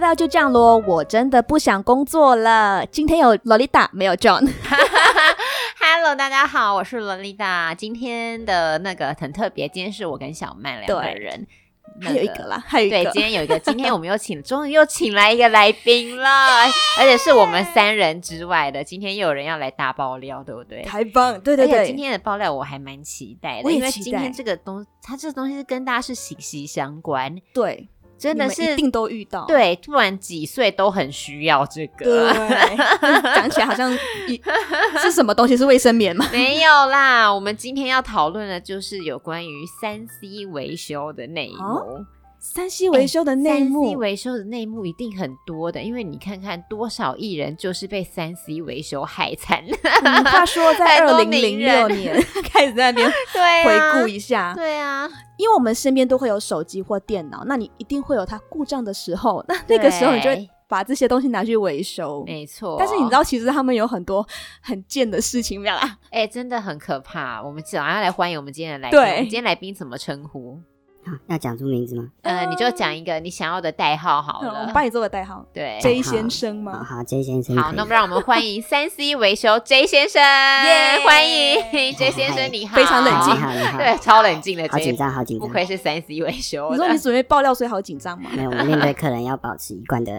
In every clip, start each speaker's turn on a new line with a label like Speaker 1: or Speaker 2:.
Speaker 1: 到就这样咯，我真的不想工作了。今天有洛丽塔，没有 John。
Speaker 2: Hello，大家好，我是伦丽达。今天的那个很特别，今天是我跟小麦两个
Speaker 1: 对
Speaker 2: 人，那
Speaker 1: 还有一个啦，还有一
Speaker 2: 对，
Speaker 1: 个
Speaker 2: 今，天有一个，今天我们又请，终于又请来一个来宾了， 而且是我们三人之外的。今天又有人要来大爆料，对不对？
Speaker 1: 太棒！对对
Speaker 2: 而且
Speaker 1: 对，
Speaker 2: 今天的爆料我还蛮期待
Speaker 1: 我
Speaker 2: 的，
Speaker 1: 也
Speaker 2: 因为
Speaker 1: 期
Speaker 2: 今
Speaker 1: 待
Speaker 2: 天这个东，它这个东西是跟大家是息息相关，
Speaker 1: 对，
Speaker 2: 真
Speaker 1: 你
Speaker 2: 的
Speaker 1: 们
Speaker 2: 是
Speaker 1: 一定都遇到。
Speaker 2: 对，不管几岁都很需要这
Speaker 1: 对
Speaker 2: 个。，
Speaker 1: 讲起来好像一是什么东西是卫生棉 吗？
Speaker 2: 没有啦，我们今天要讨论的就是有关于三 C 维修的内幕。
Speaker 1: 山西维修的哦内
Speaker 2: 三 C
Speaker 1: 幕，
Speaker 2: 维修的内幕一定很多的，因为你看看多少艺人就是被三 C 维修 害惨。
Speaker 1: 嗯话说 在
Speaker 2: 太
Speaker 1: 二
Speaker 2: 多
Speaker 1: 零零
Speaker 2: 名
Speaker 1: 六
Speaker 2: 人
Speaker 1: 年 开始在那边
Speaker 2: 对
Speaker 1: 回顾一下，
Speaker 2: 对啊，
Speaker 1: 因为我们身边都会有手机或电脑，那你一定会有它故障的时候，那那个时候你就会
Speaker 2: 对
Speaker 1: 把这些东西拿去维修。
Speaker 2: 没错。
Speaker 1: 但是你知，道，其实他们有很多很贱的事情，没有啦。
Speaker 2: 哎、真的很可怕。我们想要来欢迎我们今天的来宾。
Speaker 1: 对
Speaker 2: 我们今天来宾怎么称呼？
Speaker 3: 啊，要讲出名字吗？
Speaker 2: 呃，你就讲一个你想要的哎代号好
Speaker 1: 嗯嗯我
Speaker 2: 了
Speaker 1: 们。帮你做个代号
Speaker 2: 对。
Speaker 1: ，J 先生
Speaker 3: 啊，
Speaker 1: 吗？
Speaker 3: 好，J 先生可以。
Speaker 2: 好，那么让我们欢迎三 C 维修 J 先 生，欢迎 J 先生，你好，
Speaker 1: 非常冷
Speaker 3: 你
Speaker 1: 静
Speaker 3: 好，你好，
Speaker 2: 对，超冷静的
Speaker 3: 好紧
Speaker 2: J，
Speaker 3: 张，好紧
Speaker 2: 不
Speaker 3: 张。
Speaker 2: 愧是三 C 维修
Speaker 1: 你
Speaker 2: 的
Speaker 1: 说你。准备爆料，所以好紧张吗？
Speaker 3: 没有，我们面对客人要保持一贯的、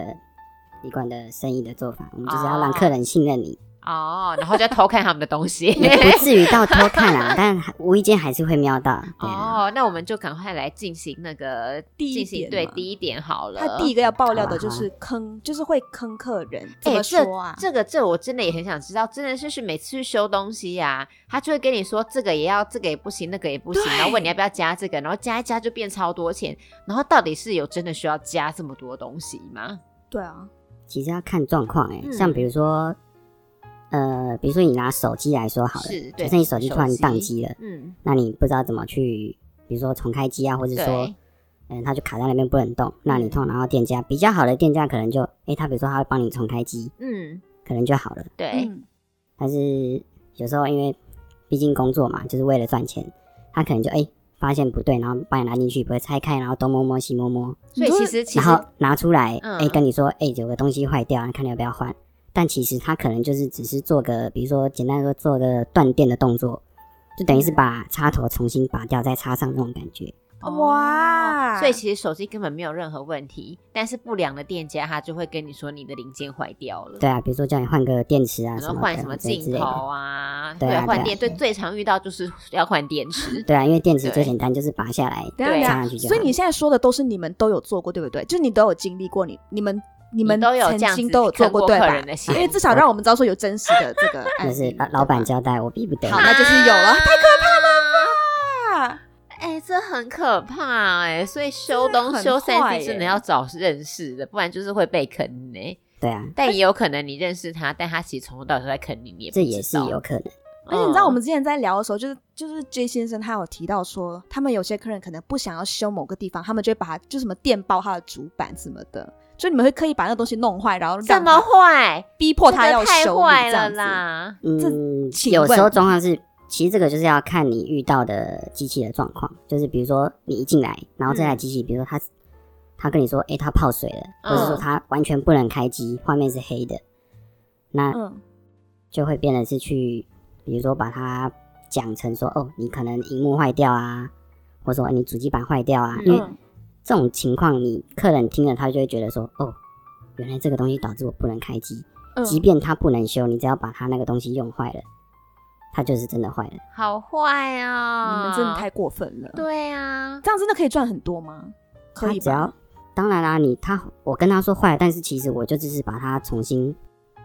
Speaker 3: 一贯的生意的做法，我们就是要让
Speaker 2: 哦
Speaker 3: 客人信 任你，
Speaker 2: 哦，然后就偷看他们的东 西。
Speaker 3: 也不至于到偷看啊， 但还无意间还是会瞄到。对啊，
Speaker 2: 哦，那我们就赶快来进行那个
Speaker 1: 第一
Speaker 2: 进行
Speaker 1: 点
Speaker 2: 对
Speaker 1: 嘛
Speaker 2: 第一点好了。
Speaker 1: 他第一个要爆料的
Speaker 3: 好啊
Speaker 1: 就是坑，就是会坑客人。怎
Speaker 2: 哎、
Speaker 1: 么
Speaker 2: 这
Speaker 1: 说啊？
Speaker 2: 这个这我真的也很想知道，真的是是每次去修东西呀、他就会跟你说这个也要，这个也不行，那个也不行，
Speaker 1: 对
Speaker 2: 然后问你要不要加这个，然后加一加就变超多钱，然后到底是有真的需要加这么多东西吗？
Speaker 1: 对啊，
Speaker 3: 其实要看状况哎，
Speaker 2: 嗯
Speaker 3: 像比如说，呃，比如说你拿手机来说好了，
Speaker 2: 是对
Speaker 3: 假设你手机
Speaker 2: 手
Speaker 3: 突然
Speaker 2: 机
Speaker 3: 宕机了，
Speaker 2: 嗯，
Speaker 3: 那你不知道怎么去，比如说重开机啊，或者说
Speaker 2: 对。
Speaker 3: 嗯，它就卡在那边不能动。那你通常到店家比较好的店家，可能就，诶、他比如说他会帮你重开机，
Speaker 2: 嗯，
Speaker 3: 可能就好了。
Speaker 2: 对，
Speaker 1: 嗯，
Speaker 3: 但是有时候因为毕竟工作嘛，就是为了赚钱，他可能就诶、发现不对，然后把你拿进去，不会拆开，然后东摸摸西摸摸，
Speaker 2: 所
Speaker 1: 你
Speaker 2: 以
Speaker 1: 说
Speaker 2: 其实其
Speaker 3: 然
Speaker 2: 实
Speaker 3: 后拿出来，诶、
Speaker 2: 嗯
Speaker 3: 跟你说，诶、有个东西坏掉，看你要不要换。但其实他可能就是只是做个，比如说简单地说做个断电的动作，就等于是把插头重新拔掉再插上那种感觉。
Speaker 1: 哇
Speaker 2: 哦
Speaker 1: 啊
Speaker 2: 所以其实手机根本没有任何问题，但是不良的店家他就会跟你说你的零件坏掉了。
Speaker 3: 对啊，比如说叫你换个电池啊
Speaker 2: 可
Speaker 3: 什
Speaker 2: 能
Speaker 3: 么
Speaker 2: 换
Speaker 3: 的
Speaker 2: 什么
Speaker 3: 这之
Speaker 2: 镜
Speaker 3: 类的
Speaker 2: 头。啊，
Speaker 3: 对啊
Speaker 2: 换
Speaker 3: 对啊。
Speaker 2: 电，对，最常遇到就是要换电池
Speaker 3: 对啊，因为电池
Speaker 2: 对
Speaker 3: 最简单，就是拔下来
Speaker 1: 等一下等
Speaker 2: 对
Speaker 1: 一
Speaker 3: 插
Speaker 1: 下，
Speaker 3: 上去就好
Speaker 1: 所以你现在说的都是你们都有做过，对不对？就是你都有经历过，你你们你们
Speaker 2: 都有
Speaker 1: 曾
Speaker 2: 这样
Speaker 1: 经
Speaker 2: 子
Speaker 1: 都有做
Speaker 2: 坑过
Speaker 1: 对
Speaker 2: 客
Speaker 1: 吧
Speaker 2: 人的？
Speaker 1: 因
Speaker 2: 嫌
Speaker 1: 为至少让我们知道说有真实的这个案
Speaker 3: 就
Speaker 1: 例，
Speaker 3: 是老
Speaker 1: 对吧
Speaker 3: 老板交代，我逼不得已。
Speaker 1: 好，那就是有了，太可怕 了吧！
Speaker 2: 啊哎、这很可怕哎、所以修
Speaker 1: 真的
Speaker 2: 东
Speaker 1: 很坏
Speaker 2: 修三
Speaker 1: 耶
Speaker 2: C 真的要找认识的，不然就是会被坑哎、
Speaker 3: 对啊，
Speaker 2: 但也有可能你认识他，但他其实从头到尾都在坑你，你也不
Speaker 3: 这
Speaker 2: 知道
Speaker 3: 也是有。可能。
Speaker 1: 而且你知道
Speaker 2: 嗯
Speaker 1: 我们之前在聊的时候，就是就是 J 先生他有提到说，他们有些客人可能不想要修某个地方，他们就会把它就什么电爆他的主板什么的，就你们会刻意把那个东西弄坏，然后
Speaker 2: 这
Speaker 1: 让
Speaker 2: 么
Speaker 1: 他
Speaker 2: 坏，
Speaker 1: 逼迫他
Speaker 2: 这
Speaker 1: 要
Speaker 2: 个太
Speaker 1: 修
Speaker 2: 坏
Speaker 1: 理这
Speaker 2: 了
Speaker 1: 样子。
Speaker 2: 啦。
Speaker 3: 嗯
Speaker 1: 请，
Speaker 3: 有时候
Speaker 1: 问
Speaker 3: 状况是，其实这个就是要看你遇到的机器的状况，就是比如说你一进来，然后这台
Speaker 2: 嗯
Speaker 3: 机器，比如说它它跟你说，诶，它泡水了，或者说
Speaker 2: 嗯
Speaker 3: 它完全不能开机，画面是黑的，那
Speaker 1: 嗯，
Speaker 3: 就会变得是去，比如说把它讲成说，哦，你可能荧幕坏掉啊，或者说你主机板坏掉啊，因为
Speaker 2: 嗯
Speaker 3: 这种情况，你客人听了他就会觉得说，哦，原来这个东西导致我不能开机，
Speaker 1: 嗯
Speaker 3: 即便它不能修，你只要把它那个东西用坏了，它就是真的坏了。
Speaker 2: 好坏
Speaker 1: 嗯你
Speaker 2: 啊！
Speaker 1: 们真的太过分了。，
Speaker 2: 对啊，
Speaker 1: 这样真的可以赚很多吗？可以
Speaker 3: 它只要
Speaker 1: 吧？
Speaker 3: 当然啦、你他我跟他说坏了，但是其实我就只是把它重新，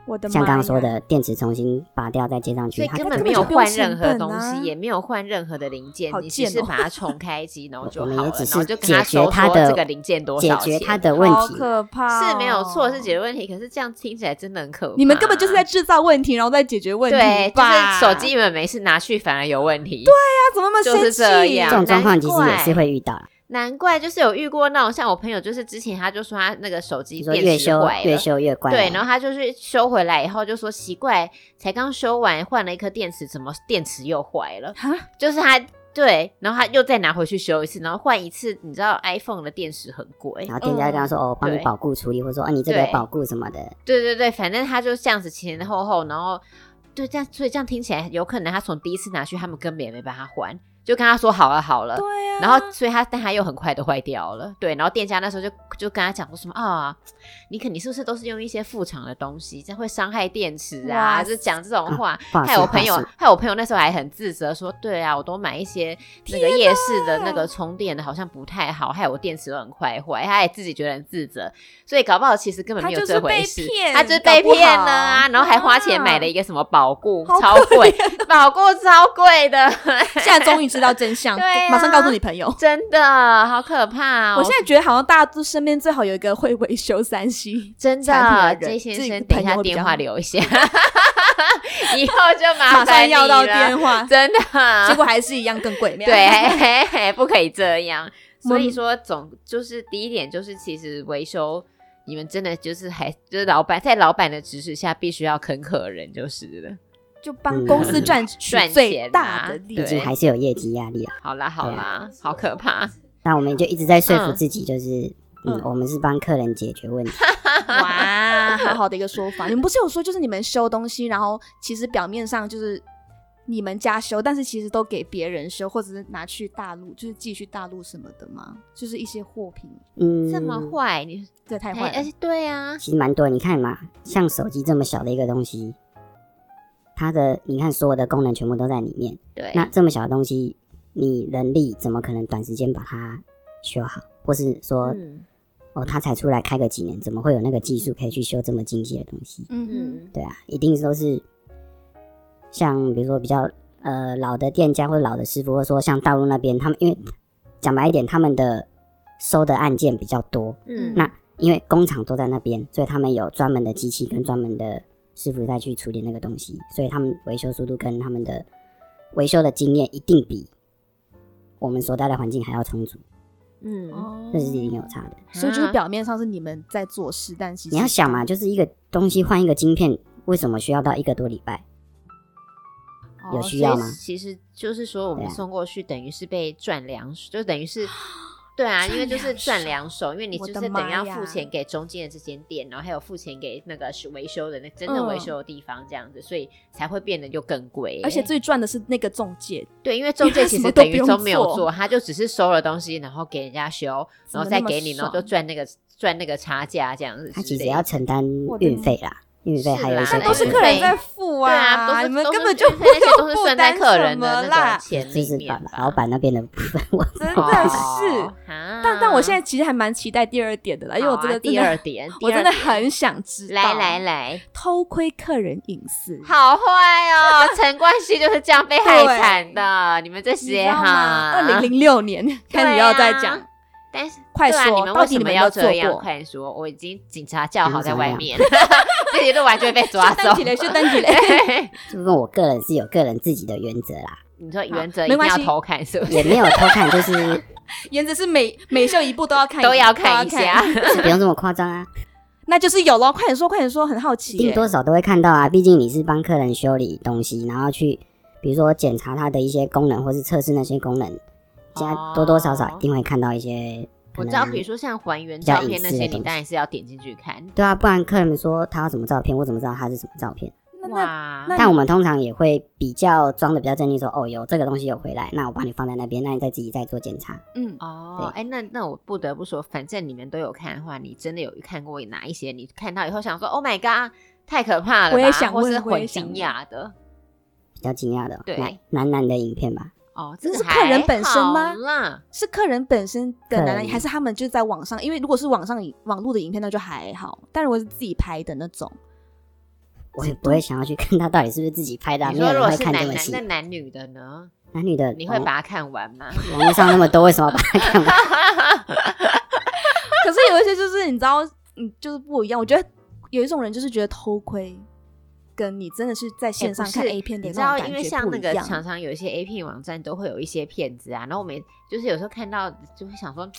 Speaker 1: 我的妈
Speaker 3: 像
Speaker 1: 呀
Speaker 3: 刚刚说，的电池重新拔掉再接上
Speaker 2: 啊所
Speaker 3: 去，
Speaker 2: 以
Speaker 3: 它
Speaker 2: 根
Speaker 3: 可
Speaker 2: 本
Speaker 3: 能
Speaker 2: 没
Speaker 3: 就
Speaker 2: 有
Speaker 1: 根本
Speaker 2: 换
Speaker 1: 就不用
Speaker 2: 任何
Speaker 1: 成本
Speaker 2: 东
Speaker 1: 啊
Speaker 2: 西，也没有换任何的零件
Speaker 1: 好，
Speaker 2: 你只
Speaker 1: 贱
Speaker 2: 是
Speaker 1: 哦
Speaker 2: 把它重开机，然后就
Speaker 3: 我
Speaker 2: 好
Speaker 3: 们
Speaker 2: 了，
Speaker 3: 也
Speaker 2: 然
Speaker 3: 只
Speaker 2: 后
Speaker 3: 是
Speaker 2: 就跟
Speaker 3: 解
Speaker 2: 说
Speaker 3: 决它
Speaker 2: 说
Speaker 3: 的
Speaker 2: 这个零件多
Speaker 3: 解
Speaker 2: 少
Speaker 3: 决它
Speaker 2: 钱
Speaker 3: 的问
Speaker 1: 好
Speaker 3: 题。
Speaker 1: 可怕哦、
Speaker 2: 是没有错，是解决问题。可是这样听起来真的很可怕，
Speaker 1: 你们根本就是在制造问题，然后再解决问题
Speaker 2: 对，就
Speaker 1: 吧
Speaker 2: 是手机你们没事拿去反而有问题。
Speaker 1: 他怎么那么生气？
Speaker 2: 就是这样
Speaker 3: 这种状况其实也
Speaker 2: 啊难
Speaker 3: 是
Speaker 2: 怪
Speaker 3: 会遇到啦，
Speaker 2: 难怪就是有遇过那种像我朋友，就是之前他就说他那个手
Speaker 3: 比
Speaker 2: 机
Speaker 3: 如说
Speaker 2: 电
Speaker 3: 越
Speaker 2: 池
Speaker 3: 修
Speaker 2: 坏了
Speaker 3: 越修越怪啊。
Speaker 2: 对，然后他就是修回来以后就说奇怪，才刚修完换了一颗电池，怎么电池又坏了？
Speaker 1: 哈
Speaker 2: 就是他对，然后他又再拿回去修一次，然后换一次。你知道 iPhone 的电池很贵
Speaker 3: 然，后店家就跟他说：“哦，帮你
Speaker 2: 嗯对
Speaker 3: 保固处理，或者说哦，你这个有
Speaker 2: 对
Speaker 3: 保固什么的。
Speaker 2: 对对对，反正他就这样子前前后后，然后对这样，所以这样听起来有可能他从第一次拿去，他们根本也没办法还，就跟他说好了好了，
Speaker 1: 对啊呀、
Speaker 2: 然后所以他但他又很快的坏掉了，对，然后店家那时候就就跟他讲说什么啊，你肯定是不是都是用一些副厂的东西，这样会伤害电池啊，
Speaker 1: 哇
Speaker 2: 就讲这种
Speaker 3: 啊
Speaker 2: 话，
Speaker 3: 不好意思
Speaker 2: 害我朋友
Speaker 3: 不
Speaker 1: 啊
Speaker 3: 好意思
Speaker 2: 害我朋友那时候还很自责说，对啊，我都买一些那个夜市的那个充电的，好像不太好，害我电池都很快坏，他也自己觉得很自责，所以搞不好其实根本没有这回事
Speaker 1: 他就是被，骗
Speaker 2: 他就是被骗了
Speaker 1: 搞
Speaker 2: 啊，然后还花钱买了一个什么保固，
Speaker 1: 好啊
Speaker 2: 超贵，保固超贵的。
Speaker 1: 现在终于知道真相，
Speaker 2: 对啊
Speaker 1: 马上告诉你朋友。
Speaker 2: 真的好可怕、哦！
Speaker 1: 我现在觉得好像大家都身边最好有一个会维修三 C，
Speaker 2: 真
Speaker 1: 产
Speaker 2: 的
Speaker 1: 品的人
Speaker 2: J 先
Speaker 1: 自己的
Speaker 2: 生，等
Speaker 1: 朋
Speaker 2: 一下
Speaker 1: 友比较
Speaker 2: 电
Speaker 1: 好
Speaker 2: 话留一下， 以后就麻
Speaker 1: 马
Speaker 2: 烦
Speaker 1: 上
Speaker 2: 你
Speaker 1: 要到
Speaker 2: 了
Speaker 1: 电话，
Speaker 2: 真的。
Speaker 1: 结果还是一样更贵。没有
Speaker 2: 对，嘿嘿嘿不可以这样。
Speaker 1: 我们
Speaker 2: 所以说总，就是第一点就是，其实维修你们真的就是还就是老板在老板的指使下，必须要肯可人就是了。
Speaker 1: 就帮公司赚取
Speaker 2: 赚
Speaker 1: 最
Speaker 2: 钱
Speaker 1: 大
Speaker 2: 啊
Speaker 1: 的利
Speaker 2: 对
Speaker 3: 毕竟
Speaker 1: 润。
Speaker 3: 还是有业绩压力啊。
Speaker 2: 好啦好啦，好可怕。
Speaker 3: 那我们就一直在说服
Speaker 2: 嗯
Speaker 3: 自己，就是嗯
Speaker 1: 嗯，
Speaker 3: 我们是帮客人解决问题。
Speaker 1: 哇， 好好的一个说法。你们不是有说，就是你们修东西，然后其实表面上就是你们家修，但是其实都给别人修，或者是拿去大陆，就是寄去大陆什么的吗？就是一些货品，
Speaker 3: 嗯，
Speaker 2: 这么坏，你
Speaker 1: 这太
Speaker 2: 哎
Speaker 1: 坏
Speaker 2: 而
Speaker 1: 了
Speaker 2: 且。对啊，
Speaker 3: 其实蛮多的。你看嘛，像手机这么小的一个东西，它的你看所有的功能全部都在里面。
Speaker 2: 对，
Speaker 3: 那这么小的东西，你人力怎么可能短时间把它修好？或是说，
Speaker 2: 嗯
Speaker 3: 哦，它才出来开个几年，怎么会有那个技术可以去修这么精细的东西？
Speaker 1: 嗯
Speaker 2: 嗯，
Speaker 3: 对啊，一定都是像比如说比较呃老的店家或者老的师傅，或者说像大陆那边，他们因为讲白一点，他们的收的案件比较多，
Speaker 2: 嗯
Speaker 3: 那因为工厂都在那边，所以他们有专门的机器跟专门的师傅再去处理那个东西，所以他们维修速度跟他们的维修的经验一定比我们所待的环境还要充足，
Speaker 1: 哼，
Speaker 2: 嗯嗯，
Speaker 1: 哦
Speaker 3: 这是一定有差的。
Speaker 1: 所以就是表面上是你们在做事，但其实
Speaker 3: 你要想嘛，就是一个东西换一个晶片，为什么需要到一个多礼拜？
Speaker 1: 哦
Speaker 3: 有需要
Speaker 2: 所以
Speaker 3: 吗
Speaker 2: 其实就是说，我们
Speaker 3: 对啊
Speaker 2: 送过去等于是被赚凉水，就等于是。对啊，因为就是赚凉手，因为你
Speaker 1: 我
Speaker 2: 就
Speaker 1: 的
Speaker 2: 是等于要
Speaker 1: 妈呀
Speaker 2: 付钱给中间的这间店，然后还有付钱给那个是维修的那真正维修的地方，这样子，所以才会变得就更贵。
Speaker 1: 嗯
Speaker 2: 欸
Speaker 1: 而且最赚的是那个中介，
Speaker 2: 对，因为中介其实等于都没有做，他就只是收了东西，然后给人家修，
Speaker 1: 怎么
Speaker 2: 然后
Speaker 1: 那
Speaker 2: 再
Speaker 1: 么
Speaker 2: 给你，然后就
Speaker 1: 爽
Speaker 2: 赚那个赚那个差价这样子之类的。
Speaker 3: 他其实要承担
Speaker 1: 我的
Speaker 3: 运费啦，运费
Speaker 2: 是
Speaker 3: 还有一
Speaker 2: 啦
Speaker 3: 些
Speaker 2: 那
Speaker 1: 都是
Speaker 2: 运
Speaker 1: 客人
Speaker 2: 费
Speaker 1: 在付
Speaker 2: 对啊，都
Speaker 1: 你
Speaker 2: 是
Speaker 1: 们
Speaker 2: 都是
Speaker 1: 根本就不
Speaker 2: 那些都是
Speaker 1: 用负
Speaker 2: 算
Speaker 1: 担
Speaker 2: 在客
Speaker 1: 什
Speaker 2: 人
Speaker 1: 么
Speaker 2: 的
Speaker 1: 啦
Speaker 2: 那种。啊钱
Speaker 3: 就
Speaker 2: 里
Speaker 3: 是
Speaker 2: 面
Speaker 3: 把
Speaker 2: 吧。
Speaker 3: 老板那边的部分，我
Speaker 1: 真
Speaker 2: 哦
Speaker 1: 的是。
Speaker 2: 啊
Speaker 1: 但但我现在其实还蛮期待第二点的啦，哎因为我
Speaker 2: 好
Speaker 1: 真
Speaker 2: 啊
Speaker 1: 的真
Speaker 2: 第
Speaker 1: 的
Speaker 2: 二点，
Speaker 1: 我
Speaker 2: 第
Speaker 1: 真
Speaker 2: 二
Speaker 1: 的
Speaker 2: 点
Speaker 1: 很想知道。
Speaker 2: 来来，来，
Speaker 1: 偷窥客人隐私，
Speaker 2: 好坏哦，陈冠希就是这样被害惨的，你们这
Speaker 1: 你知
Speaker 2: 些
Speaker 1: 道吗？
Speaker 2: 哈，
Speaker 1: 二零零六 年开始
Speaker 2: 对
Speaker 1: 要
Speaker 2: 啊
Speaker 1: 再讲，
Speaker 2: 但是。
Speaker 1: 快
Speaker 2: 对啊，你
Speaker 1: 说，
Speaker 2: 们
Speaker 1: 到
Speaker 2: 为
Speaker 1: 底
Speaker 2: 什
Speaker 1: 你
Speaker 2: 么
Speaker 1: 们
Speaker 2: 要
Speaker 1: 有做
Speaker 2: 这样？
Speaker 1: 过？
Speaker 2: 快点说，我已经警察叫好
Speaker 3: 你
Speaker 2: 在
Speaker 3: 要
Speaker 2: 外
Speaker 3: 怎
Speaker 2: 面， 这些都完全被抓走
Speaker 1: 登。起来，就登起 来。
Speaker 3: 这部分我个人是有个人自己的原则啦，
Speaker 2: 你说
Speaker 1: 好
Speaker 2: 原则
Speaker 1: 没
Speaker 2: 一定
Speaker 1: 关
Speaker 2: 要
Speaker 1: 系
Speaker 2: 偷看，是不是？
Speaker 3: 也没有偷看，就是
Speaker 1: 原则是每每秀一部都要看，
Speaker 2: 都要看一下，
Speaker 1: 都要看，
Speaker 3: 是不用这么夸张啊，
Speaker 1: 那就是有咯，快点说，快点说，很好奇
Speaker 3: 一
Speaker 1: 耶
Speaker 3: 定。多少都会看到啊。毕竟你是帮客人修理东西，然后去比如说检查它的一些功能，或是测试那些功能，加
Speaker 2: 哦
Speaker 3: 多多少少一定会看到一些。
Speaker 2: 我
Speaker 3: 可
Speaker 2: 知
Speaker 3: 能
Speaker 2: 道，比如说像还原
Speaker 3: 比较
Speaker 2: 照
Speaker 3: 隐
Speaker 2: 片那
Speaker 3: 私的
Speaker 2: 些，
Speaker 3: 东
Speaker 2: 你
Speaker 3: 西
Speaker 2: 当然是要点进去看。
Speaker 3: 对啊，不然客人说他要什么照片，我怎么知道他是什么照片？
Speaker 1: 那那
Speaker 2: 哇，
Speaker 1: 那
Speaker 3: 但我们通常也会比较装的比较镇定，说哦有这个东西有回来，那我把你放在那边，那你再自己再做检查。
Speaker 1: 嗯，
Speaker 2: 哦，哎、那那我不得不说，反正你们都有看的话，你真的有看过哪一些？你看到以后想说，Oh my god，太可怕了吧，
Speaker 1: 我也想
Speaker 2: 或是
Speaker 1: 问我也
Speaker 2: 很
Speaker 1: 想
Speaker 2: 惊
Speaker 1: 问
Speaker 2: 讶的。
Speaker 3: 比较惊讶的哦，
Speaker 2: 对
Speaker 3: 男男男的影片吧，
Speaker 2: 哦，
Speaker 1: 这
Speaker 2: 这
Speaker 1: 是
Speaker 2: 个
Speaker 1: 客人
Speaker 2: 还
Speaker 1: 本身
Speaker 2: 好
Speaker 1: 吗
Speaker 2: 啦，
Speaker 1: 是客人本身的男男，
Speaker 3: 对
Speaker 1: 还是他们就在网上？因为如果是网上影网络的影片，那就还好。但如果是自己拍的那种，
Speaker 3: 我也不会想要去看他到底是不是自己拍的、啊，
Speaker 2: 你
Speaker 3: 没
Speaker 2: 说
Speaker 3: 有
Speaker 2: 如
Speaker 3: 人
Speaker 2: 果
Speaker 3: 会
Speaker 2: 是
Speaker 3: 看
Speaker 2: 男
Speaker 3: 这么
Speaker 2: 男
Speaker 3: 细
Speaker 2: 那。男女的呢？
Speaker 3: 男女的，
Speaker 2: 你会
Speaker 3: 网
Speaker 2: 把它看完吗？
Speaker 3: 网络上那么多，为什 么要把它看完？
Speaker 1: 可是有一些就是你知道，嗯，就是不一样。我觉得有一种人就是觉得偷窥，跟你真的是在线上
Speaker 2: 欸不
Speaker 1: 看
Speaker 2: 是
Speaker 1: A 片的
Speaker 2: 你知
Speaker 1: 那
Speaker 2: 道，
Speaker 1: 种感
Speaker 2: 因为
Speaker 1: 觉
Speaker 2: 像
Speaker 1: 不
Speaker 2: 那
Speaker 1: 一
Speaker 2: 个
Speaker 1: 样。
Speaker 2: 常常有一些 A 片网站都会有一些骗子啊，然后我们就是有时候看到就会想说，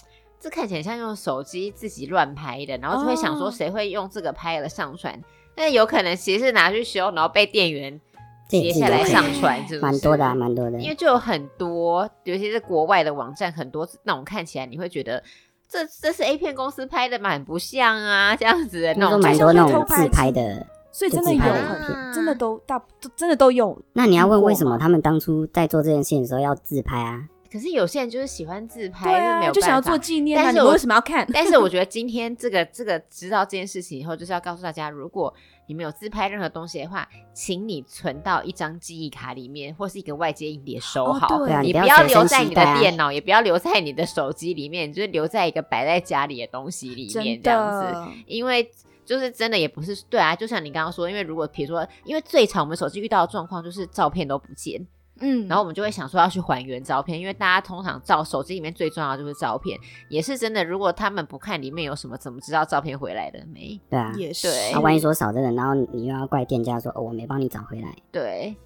Speaker 2: 这看起来像用手机自己乱拍的，然后就会想
Speaker 1: 哦
Speaker 2: 说谁会用这个拍了上传？那有可能其实是拿去修，然后被店员。
Speaker 3: 这也
Speaker 2: 截
Speaker 3: 是
Speaker 2: 下
Speaker 3: 有
Speaker 2: 来
Speaker 3: 可能
Speaker 2: 上传，是不是？
Speaker 3: 蛮多的、啊，蛮多的。
Speaker 2: 因为就有很多，尤其是国外的网站，很多那种看起来你会觉得这这是 A 片公司拍的嘛，很不像啊，这样子的那
Speaker 3: 说
Speaker 2: 种
Speaker 3: 蛮
Speaker 2: 感觉。
Speaker 3: 多那
Speaker 1: 就像被
Speaker 3: 种
Speaker 1: 偷拍
Speaker 3: 自拍的。
Speaker 1: 所以真的
Speaker 3: 就
Speaker 1: 有
Speaker 3: 自拍
Speaker 2: 的影
Speaker 1: 很，
Speaker 2: 片
Speaker 1: 真的都大都真的都有，
Speaker 3: 那你要问
Speaker 1: 听过
Speaker 3: 为什么
Speaker 1: 吗
Speaker 3: 他们当初在做这件事情的时候要自拍啊？
Speaker 2: 可是有些人就是喜欢自拍，
Speaker 1: 对
Speaker 2: 是没有
Speaker 1: 啊，就想要
Speaker 2: 办法
Speaker 1: 做纪念啊，
Speaker 2: 但
Speaker 1: 你
Speaker 2: 是
Speaker 1: 们
Speaker 2: 我
Speaker 1: 为什么要看？
Speaker 2: 但是我觉得今天这个这个知道这件事情以后，就是要告诉大家，如果你们有自拍任何东西的话，请你存到一张记忆卡里面，或是一个外接硬碟收好。
Speaker 1: 哦对啊
Speaker 2: 你
Speaker 3: 你
Speaker 2: 不
Speaker 3: 不要
Speaker 2: 要
Speaker 3: 随身
Speaker 2: 留在你
Speaker 3: 携带
Speaker 2: 的
Speaker 3: 啊
Speaker 2: 电脑，也不要留在你的手机里面，你就是留在一个摆在家里的东西里面
Speaker 1: 真
Speaker 2: 这样子。
Speaker 1: 的，
Speaker 2: 因为就是真的也不是对啊，就像你刚刚说，因为如果比如说，因为最常我们手机遇到的状况就是照片都不见，
Speaker 1: 嗯，
Speaker 2: 然后我们就会想说要去还原照片，因为大家通常照手机里面最重要的就是照片，也是真的。如果他们不看里面有什么，怎么知道照片回来了没？
Speaker 3: 对啊，
Speaker 1: 也是，
Speaker 2: 对
Speaker 3: 啊，万一说少这个，然后你又要怪店家说哦，我没帮你找回来，
Speaker 2: 对，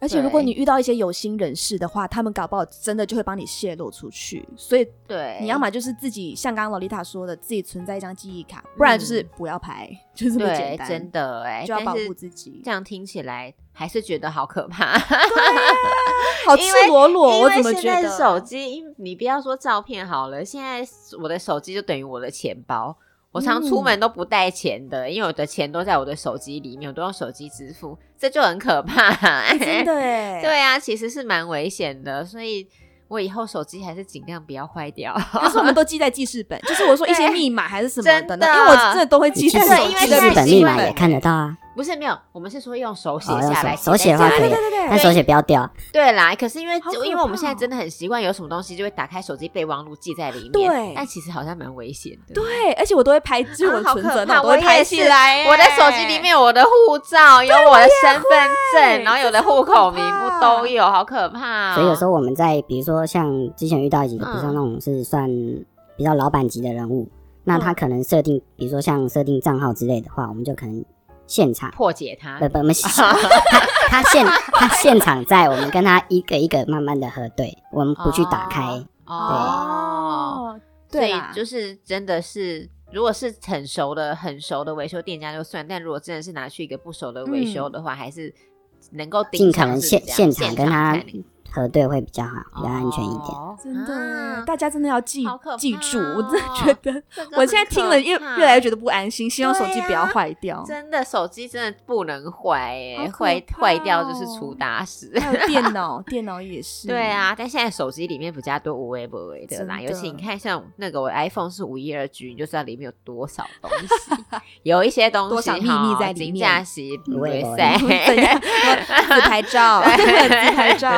Speaker 1: 而且如果
Speaker 2: 对
Speaker 1: 你遇到一些有心人士的话，他们搞不好真的就会帮你泄露出去，所以
Speaker 2: 对，
Speaker 1: 你要么就是自己像刚刚洛丽塔说的，自己存在一张记忆卡，不然就是不要拍，就这么简
Speaker 2: 对，
Speaker 1: 单，
Speaker 2: 真的哎、
Speaker 1: 就要保
Speaker 2: 但
Speaker 1: 护
Speaker 2: 是
Speaker 1: 自己
Speaker 2: 这。样听起来还是觉得好可怕。
Speaker 1: 好赤裸裸，
Speaker 2: 因
Speaker 1: 我怎
Speaker 2: 为
Speaker 1: 么
Speaker 2: 现
Speaker 1: 觉
Speaker 2: 在
Speaker 1: 得
Speaker 2: 手机，因你不要说照片好了，现在我的手机就等于我的钱包。我常出
Speaker 1: 嗯
Speaker 2: 门都不带钱的，因为我的钱都在我的手机里面，我都用手机支付，这就很可怕。
Speaker 1: 真的哎，
Speaker 2: 对啊，其实是蛮危险的，所以我以后手机还是尽量不要坏掉。
Speaker 1: 但是我们都记在记事本，就是我说一些
Speaker 2: 对
Speaker 1: 密码还是什么的呢，
Speaker 2: 真的
Speaker 1: 因为我真的都会
Speaker 3: 你
Speaker 1: 记
Speaker 3: 记
Speaker 1: 在
Speaker 3: 事
Speaker 1: 手
Speaker 2: 因
Speaker 1: 机
Speaker 2: 为
Speaker 3: 记
Speaker 1: 的
Speaker 2: 现在
Speaker 3: 事本
Speaker 2: 习
Speaker 3: 密
Speaker 2: 惯
Speaker 3: 码也
Speaker 2: 了
Speaker 3: 看得到啊，
Speaker 2: 不是没有，我们是说用手写
Speaker 3: 哦用
Speaker 2: 下来，
Speaker 3: 手手写的话
Speaker 2: 写在
Speaker 3: 可
Speaker 2: 家
Speaker 1: 对
Speaker 3: 以
Speaker 1: 对
Speaker 2: 里
Speaker 1: 对
Speaker 3: 但
Speaker 1: 对，
Speaker 3: 手写不要掉，
Speaker 2: 对啦，可是因为
Speaker 1: 好可
Speaker 2: 因为我们
Speaker 1: 怕
Speaker 2: 现在
Speaker 1: 哦
Speaker 2: 真的很习惯，有什么东西就会打开手机备忘录记在里面。
Speaker 1: 对
Speaker 2: 但其实好像蛮危险的。啊
Speaker 1: 对，而且我都会拍，就是我
Speaker 2: 啊好
Speaker 1: 存
Speaker 2: 可
Speaker 1: 折
Speaker 2: 怕
Speaker 1: 那种都
Speaker 2: 我
Speaker 1: 会
Speaker 2: 也
Speaker 1: 拍
Speaker 2: 是
Speaker 1: 起来，
Speaker 2: 我的手机里。面有我的护照，有我的身份证，
Speaker 1: 会
Speaker 2: 然后有的户口名不都有，好可怕、哦。
Speaker 3: 所以有时候我们在比如说像之前遇到几个，比如说
Speaker 2: 嗯
Speaker 3: 那种是算比较老板级的人物，那他可能设定，比如说像设定账号之类的话，我们就可能现场。
Speaker 2: 破解它
Speaker 3: 不，不，我们他他现他现场在，我们跟他一个一个慢慢的核对，我们不去打开，
Speaker 2: 哦。
Speaker 1: 哦，
Speaker 2: 所
Speaker 1: 对
Speaker 2: 以
Speaker 1: 啦，
Speaker 2: 就是真的是，如果是很熟的、很熟的维修店家就算，但如果真的是拿去一个不熟的维修的话，还是能够盯
Speaker 3: 尽可
Speaker 2: 上
Speaker 3: 能
Speaker 2: 是
Speaker 3: 现
Speaker 2: 不是这样
Speaker 3: 现嗯场跟他
Speaker 2: 看欸
Speaker 3: 核对会比较好，比较安全一点。
Speaker 2: 哦
Speaker 1: 真的
Speaker 2: 啊
Speaker 1: 耶，大家真的要记
Speaker 2: 好可
Speaker 1: 记
Speaker 2: 怕
Speaker 1: 住，我真的
Speaker 2: 哦
Speaker 1: 觉得
Speaker 2: 这个
Speaker 1: 我现在
Speaker 2: 很
Speaker 1: 听
Speaker 2: 可
Speaker 1: 了越
Speaker 2: 怕
Speaker 1: 越来越觉得不安心，希望手
Speaker 2: 对
Speaker 1: 机
Speaker 2: 呀
Speaker 1: 不要坏掉。
Speaker 2: 真的手机真的不能坏耶、
Speaker 1: 好可
Speaker 2: 坏
Speaker 1: 怕
Speaker 2: 坏掉就是
Speaker 1: 哦
Speaker 2: 出大事。
Speaker 1: 还有电脑，电脑也是。
Speaker 2: 对，啊，但现在手机里面比较多无微不微的啦，
Speaker 1: 真
Speaker 2: 尤
Speaker 1: 的
Speaker 2: 其你看像那个我 iPhone 是五一二 G，你就知道里面有多少东西， 有一些东西
Speaker 1: 多少秘密
Speaker 2: 哈
Speaker 1: 在里面
Speaker 2: 金价席
Speaker 3: 无微不微
Speaker 2: 赛
Speaker 1: 怎样？自拍 照，自拍照，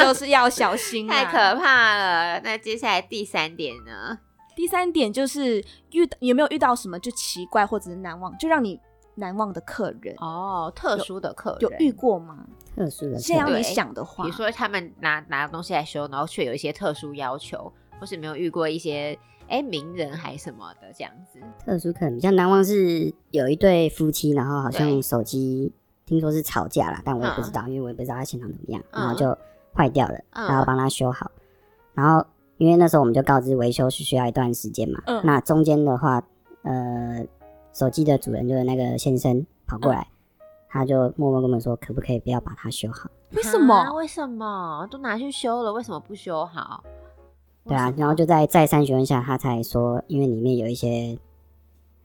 Speaker 1: 就是要小心、啊
Speaker 2: 太可！怕了。那接下来第三点呢？
Speaker 1: 第三点就是遇到有没有遇到什么就奇怪或者是难忘，就让你难忘的客人，
Speaker 2: 哦，特殊的客人
Speaker 1: 有遇过吗？
Speaker 3: 特殊的
Speaker 1: 现在
Speaker 2: 啊
Speaker 3: 客
Speaker 1: 要
Speaker 3: 人
Speaker 1: 你想的话，
Speaker 2: 比如说他们拿拿东西来修，然后却有一些特殊要求，或是没有遇过一些哎名人还什么的这样子。
Speaker 3: 特殊客人比较难忘是有一对夫妻，然后好
Speaker 2: 对
Speaker 3: 像手机听说是吵架啦，但我也不知道，因为我也不知道他现场怎么样，然后就坏掉了，
Speaker 2: 嗯
Speaker 3: 然后帮他修好。然后因为那时候我们就告知维修是需要一段时间嘛，
Speaker 1: 嗯
Speaker 3: 那中间的话，呃，手机的主人就是那个先生跑
Speaker 2: 嗯
Speaker 3: 过来，他就默默跟我们说，可不可以不要把它修好？
Speaker 1: 为什么
Speaker 2: 啊为什么都拿去修了，为什么不修好？
Speaker 3: 对啊
Speaker 2: 为什，么
Speaker 3: 然后就在再三询问下，他才说，因为里面有一些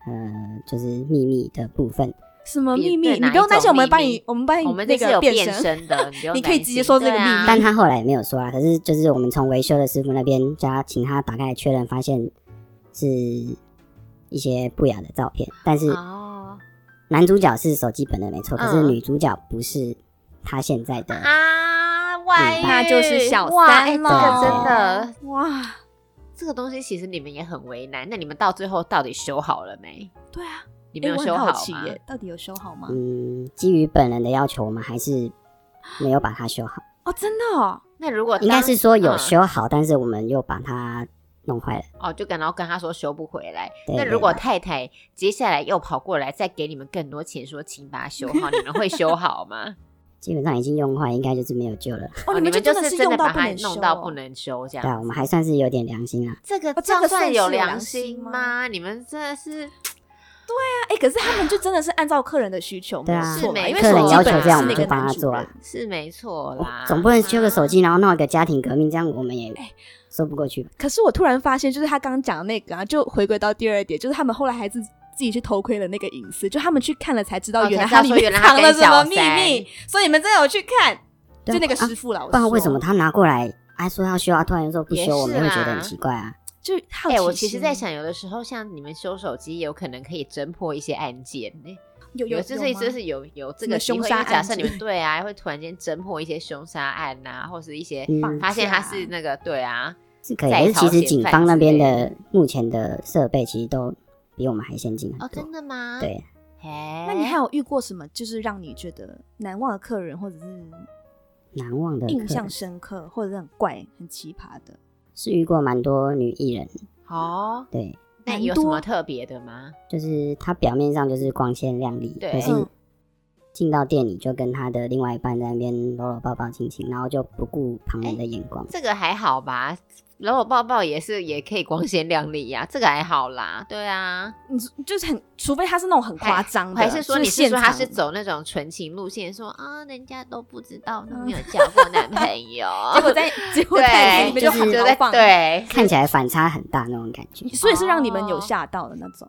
Speaker 3: 呃，就是秘密的部分。
Speaker 1: 什么
Speaker 2: 别
Speaker 1: 秘密？
Speaker 2: 对
Speaker 1: 你不用担心，
Speaker 2: 哪一种
Speaker 1: 我们帮
Speaker 2: 秘
Speaker 1: 你
Speaker 2: 密，
Speaker 1: 我们帮你
Speaker 2: 我们这
Speaker 1: 那
Speaker 2: 是有
Speaker 1: 个
Speaker 2: 变
Speaker 1: 身。
Speaker 2: 身的，你不用
Speaker 1: 你可以
Speaker 2: 担
Speaker 1: 直接
Speaker 2: 心
Speaker 1: 说这个
Speaker 2: 对啊
Speaker 1: 秘密
Speaker 3: 但他后来也没有说啊，可是就是我们从维修的师傅那边叫他请他打开来确认，发现是一些不雅的照片，但是
Speaker 2: 哦
Speaker 3: 男主角是手机本人没错，可是
Speaker 2: 嗯
Speaker 3: 女主角不是他现在的，
Speaker 2: 啊，外遇
Speaker 1: 那就是小
Speaker 2: 哇哎
Speaker 1: 三
Speaker 2: 这
Speaker 1: 了，
Speaker 2: 个真的，
Speaker 1: 哇，
Speaker 2: 这个东西其实你们也很为难。那你们到最后到底修好了没？
Speaker 1: 对啊，
Speaker 2: 你
Speaker 1: 哎
Speaker 2: 们有
Speaker 1: 我很
Speaker 2: 修
Speaker 1: 好
Speaker 2: 好
Speaker 1: 奇
Speaker 2: 吗？
Speaker 1: 耶，到底有修好吗？
Speaker 3: 嗯，基于本人的要求，我们还是没有把它修好，
Speaker 1: 哦，真的哦，
Speaker 2: 那如果
Speaker 3: 应该
Speaker 2: 当
Speaker 3: 是说有
Speaker 2: 嗯
Speaker 3: 修好，但是我们又把它弄坏了。
Speaker 2: 哦，就跟然后跟他说修不回来。
Speaker 3: 对
Speaker 2: 那
Speaker 3: 对
Speaker 2: 如果
Speaker 3: 对
Speaker 2: 太太接下来又跑过来再给你们更多钱，说请把它修好，你们会修好吗？
Speaker 3: 基本上已经用坏，应该就是没有救了。
Speaker 1: 哦，
Speaker 2: 你
Speaker 1: 们
Speaker 2: 们
Speaker 1: 真
Speaker 2: 是
Speaker 1: 是
Speaker 2: 真
Speaker 1: 用
Speaker 2: 的
Speaker 1: 到
Speaker 2: 把
Speaker 1: 不
Speaker 2: 它
Speaker 1: 能修
Speaker 2: 弄到
Speaker 1: 哦
Speaker 2: 不能修这
Speaker 3: 对啊，
Speaker 2: 样
Speaker 3: 我
Speaker 2: 子。
Speaker 3: 们还算是有点良心啊。
Speaker 2: 这个
Speaker 1: 哦这
Speaker 2: 这样
Speaker 1: 个
Speaker 2: 算
Speaker 1: 算
Speaker 2: 有
Speaker 1: 是有
Speaker 2: 良
Speaker 1: 良
Speaker 2: 心
Speaker 1: 心
Speaker 2: 吗？
Speaker 1: 吗
Speaker 2: 你们真的是
Speaker 1: 哎、可是他们就真的是按照客人的需求，
Speaker 3: 对啊
Speaker 1: 没错嘛
Speaker 2: 是没
Speaker 1: 因为
Speaker 2: 错
Speaker 1: 手
Speaker 2: 客人
Speaker 1: 机
Speaker 2: 要
Speaker 1: 本来
Speaker 2: 求这样
Speaker 1: 是
Speaker 2: 我们
Speaker 1: 那个
Speaker 3: 就帮
Speaker 1: 男
Speaker 3: 他
Speaker 1: 主
Speaker 3: 做啊
Speaker 1: 人
Speaker 2: 是没错
Speaker 3: 我
Speaker 2: 啦，
Speaker 3: 哦总不能修个手
Speaker 2: 啊
Speaker 3: 机，然后闹一个家庭革命，这样我们也
Speaker 2: 哎
Speaker 3: 说不过去吧？
Speaker 1: 可是我突然发现，就是他刚刚讲的那个啊，就回归到第二点，就是他们后来还是自己去偷窥了那个隐私，就他们去看了才知道，
Speaker 2: 哦
Speaker 1: 原来
Speaker 2: 才知道
Speaker 1: 里
Speaker 2: 说
Speaker 1: 面
Speaker 2: 原来他
Speaker 1: 藏了
Speaker 2: 跟
Speaker 1: 什么
Speaker 2: 小
Speaker 1: 秘
Speaker 2: 三
Speaker 1: 密。所以你们真的有去看？
Speaker 3: 对
Speaker 1: 就那
Speaker 3: 啊
Speaker 1: 个
Speaker 3: 啊
Speaker 1: 师傅老，
Speaker 3: 不然为什么
Speaker 1: 他
Speaker 3: 他拿过来，还说要修啊，突然又说不
Speaker 2: 也
Speaker 3: 修，我
Speaker 2: 是
Speaker 3: 们会觉得
Speaker 2: 啦
Speaker 3: 很奇怪啊。
Speaker 1: 就好奇
Speaker 2: 哎、
Speaker 1: 心？
Speaker 2: 我其实
Speaker 3: 哦
Speaker 2: 在想，有的时候像你们修手机，有可能可以侦破一些案件呢、
Speaker 1: 有
Speaker 2: 有
Speaker 1: 有
Speaker 2: 就
Speaker 1: 有
Speaker 2: 是
Speaker 1: 吗
Speaker 2: 就是有有这
Speaker 1: 什么
Speaker 2: 个机
Speaker 1: 凶
Speaker 2: 会
Speaker 1: 杀
Speaker 2: 因为假
Speaker 1: 案
Speaker 2: 设
Speaker 1: 之
Speaker 2: 你们
Speaker 1: 类
Speaker 2: 对啊，会突然间侦破一些凶杀案呐、或是一些、
Speaker 3: 嗯，
Speaker 2: 发现他是
Speaker 1: 架
Speaker 2: 那个对啊，
Speaker 3: 是可以，
Speaker 2: 在
Speaker 3: 可是
Speaker 2: 朝
Speaker 3: 其实
Speaker 2: 鲜
Speaker 3: 警
Speaker 2: 犯
Speaker 3: 方那
Speaker 2: 之
Speaker 3: 边
Speaker 2: 类
Speaker 3: 的目前的设备其实都比我们还先进很
Speaker 2: 哦，
Speaker 3: 多。
Speaker 2: 真的吗？，
Speaker 3: 对，
Speaker 2: 哎，
Speaker 1: 那你还有遇过什么，就是让你觉得难忘的客人，或者是
Speaker 3: 难忘的
Speaker 1: 印
Speaker 3: 客
Speaker 1: 象
Speaker 3: 人
Speaker 1: 深刻，或者是很怪、很奇葩的？
Speaker 3: 是遇过蛮多女艺人，
Speaker 2: 哦，
Speaker 3: 对，
Speaker 2: 那
Speaker 1: 蛮
Speaker 2: 有什
Speaker 1: 多
Speaker 2: 么特别的吗？
Speaker 3: 就是她表面上就是光鲜亮丽，
Speaker 2: 对
Speaker 3: 可是
Speaker 1: 嗯
Speaker 3: 进到店里就跟她的另外一半在那边搂搂抱抱亲亲，然后就不顾旁
Speaker 2: 哎
Speaker 3: 人的眼光。
Speaker 2: 这个还好吧，搂搂抱抱也是也可以光鲜亮丽呀、这个还好啦，对啊，
Speaker 1: 你就是很，除非他是那种很夸张的，
Speaker 2: 哎还是说你是
Speaker 1: 现
Speaker 2: 说
Speaker 1: 场
Speaker 2: 他是走那种纯情路线，说啊人家都不知道都没有交过男朋友，
Speaker 1: 结果在 结果在
Speaker 2: 对，
Speaker 1: 里面就
Speaker 2: 就
Speaker 1: 很
Speaker 2: 是就
Speaker 1: 豪
Speaker 2: 在
Speaker 1: 放，，
Speaker 2: 对，
Speaker 3: 看起来反差很大那种感觉，
Speaker 1: 所以是让你们有
Speaker 2: 哦
Speaker 1: 吓到的那种。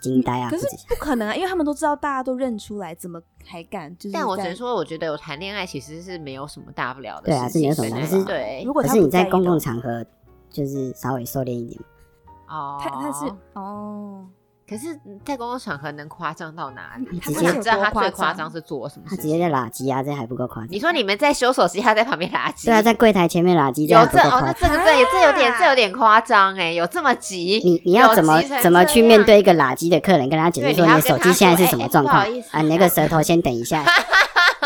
Speaker 3: 惊呆啊！
Speaker 1: 可是
Speaker 3: 不止
Speaker 1: 不可能啊，因为他们都知道大家都认出来，怎么还敢？就是
Speaker 2: 但我只
Speaker 1: 在
Speaker 2: 能，说，我觉得我谈恋爱其实是没有什么大不了的
Speaker 3: 对啊
Speaker 2: 事情，
Speaker 3: 是没有什么
Speaker 1: 大不
Speaker 2: 对
Speaker 1: 了
Speaker 2: 对
Speaker 1: 如，果
Speaker 3: 可
Speaker 1: 他
Speaker 3: 是
Speaker 1: 不
Speaker 3: 你在
Speaker 1: 意
Speaker 3: 公
Speaker 1: 的话，
Speaker 3: 共场合就是稍微收敛一点嘛，
Speaker 2: 哦，
Speaker 1: 他他是哦，
Speaker 2: 可是在公共场合能夸张到哪里？
Speaker 1: 他
Speaker 3: 直
Speaker 1: 不
Speaker 2: 我
Speaker 1: 是
Speaker 3: 接
Speaker 2: 想
Speaker 1: 有
Speaker 2: 知道
Speaker 1: 多
Speaker 2: 他
Speaker 1: 夸
Speaker 2: 最夸张是做什么
Speaker 3: 她
Speaker 2: 事
Speaker 3: 直接
Speaker 2: 情？
Speaker 3: 在拉鸡啊，这还不够夸张。
Speaker 2: 你说你们在修手机，他在旁边垃圾，
Speaker 3: 对啊，在柜台前面拉鸡，这
Speaker 2: 有
Speaker 3: 还不
Speaker 2: 这
Speaker 3: 够
Speaker 2: 哦，那
Speaker 3: 夸张。
Speaker 2: 这个这也这有点这有点夸张哎，有这么急？
Speaker 3: 你你要
Speaker 2: 有
Speaker 3: 怎么
Speaker 2: 急成
Speaker 3: 怎么
Speaker 2: 这
Speaker 3: 去
Speaker 2: 样
Speaker 3: 面对一个垃圾的客人，跟他解
Speaker 2: 对
Speaker 3: 释说
Speaker 2: 你
Speaker 3: 你
Speaker 2: 要
Speaker 3: 的
Speaker 2: 跟
Speaker 3: 手
Speaker 2: 他
Speaker 3: 机现在
Speaker 2: 说
Speaker 3: 是
Speaker 2: 哎
Speaker 3: 什么
Speaker 2: 哎
Speaker 3: 状
Speaker 2: 不好
Speaker 3: 况
Speaker 2: 意思
Speaker 3: 啊？你那个舌头先等 一下。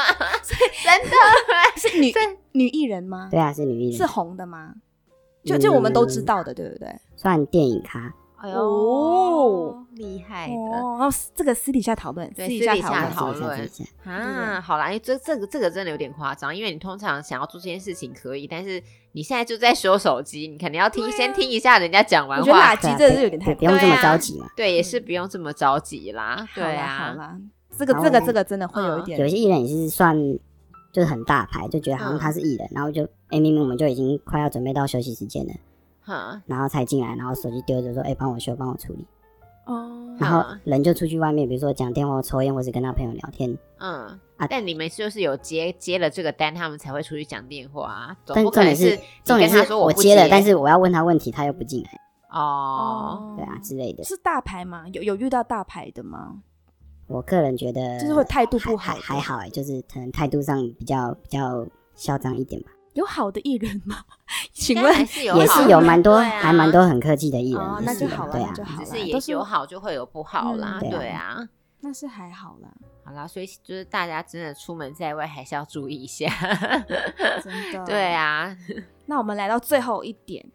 Speaker 2: 真的，
Speaker 1: 哎是 女
Speaker 2: 这
Speaker 1: 女艺人吗？
Speaker 3: 对啊，是女艺
Speaker 1: 是
Speaker 3: 人，
Speaker 1: 红的吗？就就我们都知
Speaker 3: 嗯
Speaker 1: 道的，对不对？
Speaker 3: 算电影咖，
Speaker 2: 哎
Speaker 1: 哦
Speaker 2: 呦，厉害的
Speaker 1: 哦，然后这个私底下讨论，
Speaker 2: 对
Speaker 1: 底
Speaker 2: 私
Speaker 1: 下
Speaker 2: 底下
Speaker 1: 论，
Speaker 2: 讨
Speaker 3: 好
Speaker 2: 论
Speaker 3: 一下。
Speaker 2: 啊！好啦，因为这这个这个真的有点夸张，因为你通常想要做这件事情可以，但是你现在就在修手机，你肯定要听先听一下人家讲
Speaker 1: 我
Speaker 2: 完
Speaker 1: 觉得
Speaker 2: 话
Speaker 1: 垃，
Speaker 3: 对
Speaker 1: 圾
Speaker 3: 啊
Speaker 1: 真的
Speaker 3: 对
Speaker 1: 是有点太
Speaker 3: 对不用这
Speaker 2: 对
Speaker 3: 么
Speaker 2: 啊
Speaker 3: 着急嘛。
Speaker 2: 对，也是不用这么着急啦。
Speaker 1: 好
Speaker 2: 对
Speaker 1: 啦好
Speaker 2: 啊，
Speaker 1: 啦，这个
Speaker 3: 然
Speaker 1: 这个
Speaker 3: 后
Speaker 1: 这个真的会有一
Speaker 2: 嗯
Speaker 1: 点
Speaker 3: 有一些艺人也是算就是很大牌，就觉得好
Speaker 2: 嗯
Speaker 3: 像他是艺人，然后就哎明明我们就已经快要准备到休息时间了，
Speaker 2: 哼，
Speaker 3: 然后才进来，然后手机丢着说哎帮我修帮我处理，
Speaker 1: 哦
Speaker 3: 然后
Speaker 2: 嗯
Speaker 3: 人就出去外面，比如说讲电话、抽烟或是跟他朋友聊天，
Speaker 2: 嗯
Speaker 3: 啊。
Speaker 2: 但你们就是有接接了这个单，他们才会出去讲电话啊，总
Speaker 3: 但
Speaker 2: 不
Speaker 3: 重
Speaker 2: 可能
Speaker 3: 点是
Speaker 2: 你
Speaker 3: 重点
Speaker 2: 跟他
Speaker 3: 是
Speaker 2: 说我不
Speaker 3: 接了，但是我要问他问题他又不进来，
Speaker 2: 哦，
Speaker 3: 对啊之类的。
Speaker 1: 是大牌吗？有有遇到大牌的吗？
Speaker 3: 我个人觉得
Speaker 1: 就是会态度不
Speaker 3: 还
Speaker 1: 好，
Speaker 3: 还，好哎、就是可能态度上比较比较嚣张一点吧，
Speaker 1: 有好的艺人 吗？请
Speaker 2: 当
Speaker 1: 问
Speaker 2: 然是有
Speaker 3: 也
Speaker 2: 好
Speaker 3: 是
Speaker 2: 的
Speaker 3: 有蛮多、
Speaker 2: 对啊
Speaker 3: 还蛮多很客气的艺人，
Speaker 1: 哦
Speaker 3: 也
Speaker 1: 那
Speaker 3: 是
Speaker 1: 就
Speaker 3: 有
Speaker 1: 好了
Speaker 3: 对
Speaker 1: 那
Speaker 3: 啊
Speaker 1: 就，好
Speaker 2: 只
Speaker 1: 了
Speaker 2: 是也
Speaker 1: 都是
Speaker 2: 有好就会有不好啦，
Speaker 1: 嗯
Speaker 2: 对
Speaker 3: 对
Speaker 2: 啊。
Speaker 1: 那是还好 啦，
Speaker 2: 好啦，所以就是大家真的出门在外还是要注意一下。
Speaker 1: 真
Speaker 3: 嗯
Speaker 1: 的。
Speaker 2: 对，啊，
Speaker 1: 那我们来到最后一点，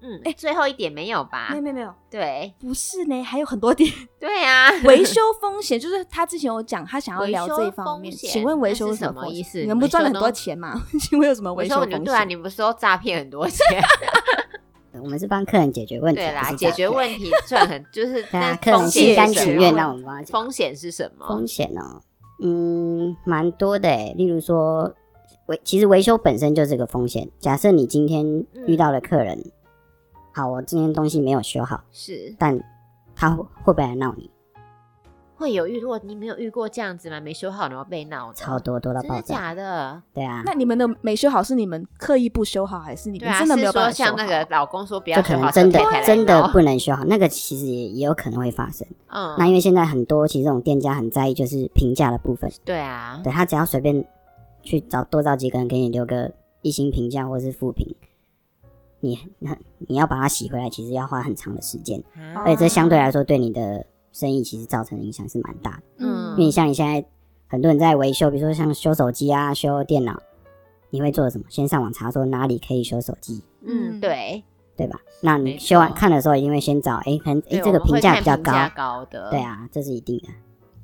Speaker 2: 嗯，哎、
Speaker 1: 哎
Speaker 2: 最后一点没有吧
Speaker 1: 没有？没有没有，
Speaker 2: 对，
Speaker 1: 不是呢，还有很 多点。
Speaker 2: 对啊，
Speaker 1: 维修风险就是他之前有讲，他想要
Speaker 2: 维
Speaker 1: 聊
Speaker 2: 修
Speaker 1: 这一方面。
Speaker 2: 风险
Speaker 1: 请问维修
Speaker 2: 那
Speaker 1: 有
Speaker 2: 是什
Speaker 1: 么
Speaker 2: 么
Speaker 1: 风险
Speaker 2: 意思
Speaker 1: 你们不
Speaker 2: 维
Speaker 1: 是赚
Speaker 2: 修
Speaker 1: 了很多
Speaker 2: 呢
Speaker 1: 钱吗？ 请问有什么
Speaker 2: 我
Speaker 1: 维修
Speaker 2: 说我
Speaker 1: 风
Speaker 2: 就
Speaker 1: 险？
Speaker 2: 对啊，你不是说诈骗很多 钱？
Speaker 3: 我们是帮客人解决问题，
Speaker 2: 对
Speaker 3: 不
Speaker 2: 啦，
Speaker 3: 是
Speaker 2: 解
Speaker 3: 诈
Speaker 2: 决
Speaker 3: 骗
Speaker 2: 问题赚很就是，
Speaker 3: 对啊，
Speaker 2: 但
Speaker 3: 客人
Speaker 2: 风险
Speaker 3: 心
Speaker 2: 是
Speaker 1: 解
Speaker 3: 甘
Speaker 1: 决
Speaker 3: 情
Speaker 2: 什
Speaker 3: 愿
Speaker 2: 么
Speaker 3: 让我们帮他解决
Speaker 2: 风险是什么？
Speaker 3: 风险哦，嗯，蛮多的哎、例如说维，其实维修本身就是个风险。假设你今
Speaker 2: 嗯
Speaker 3: 天遇到了客人，好，我今天东西没有修好，
Speaker 2: 是
Speaker 3: 但他会会不会来闹你？
Speaker 2: 会有遇过，你没有遇过这样子吗？没修好然后被闹的，
Speaker 3: 超多多到
Speaker 2: 真
Speaker 3: 爆
Speaker 2: 的
Speaker 3: 炸，
Speaker 2: 假的？
Speaker 3: 对啊。
Speaker 1: 那你们的没修好是你们刻意不修好，还是你
Speaker 2: 对
Speaker 1: 们
Speaker 2: 啊，
Speaker 1: 真的没有
Speaker 2: 是
Speaker 1: 办
Speaker 2: 说
Speaker 1: 法修好？
Speaker 2: 像那个老公说不要
Speaker 3: 就可
Speaker 2: 修好
Speaker 3: 能
Speaker 2: 车
Speaker 3: 真的
Speaker 2: 太太来
Speaker 3: 真的
Speaker 2: 闹
Speaker 3: 不能修好，那个其实也也有可能会发生。那
Speaker 2: 嗯，
Speaker 3: 因为现在很多其实这种店家很在意就是评价的部分，
Speaker 2: 对啊，
Speaker 3: 对他只要随便去找多找几个人给你留个一星评价或是负评，你那你要把它洗回来，其实要花很长的时间，
Speaker 2: 啊
Speaker 3: 而且这相对来说对你的生意其实造成的影响是蛮大的。
Speaker 2: 嗯
Speaker 3: 因为你像你现在很多人在维修，比如说像修手机啊、修电脑，你会做什么？先上网查说哪里可以修手机，
Speaker 2: 嗯，对，
Speaker 3: 对吧？那
Speaker 2: 没
Speaker 3: 你
Speaker 2: 错
Speaker 3: 修完看的时候，一定会先找哎，可能哎
Speaker 2: 对
Speaker 3: 这个
Speaker 2: 我们会
Speaker 3: 评价
Speaker 2: 看
Speaker 3: 比较
Speaker 2: 评
Speaker 3: 高，
Speaker 2: 价嗯高的，
Speaker 3: 对，啊，这是一定的。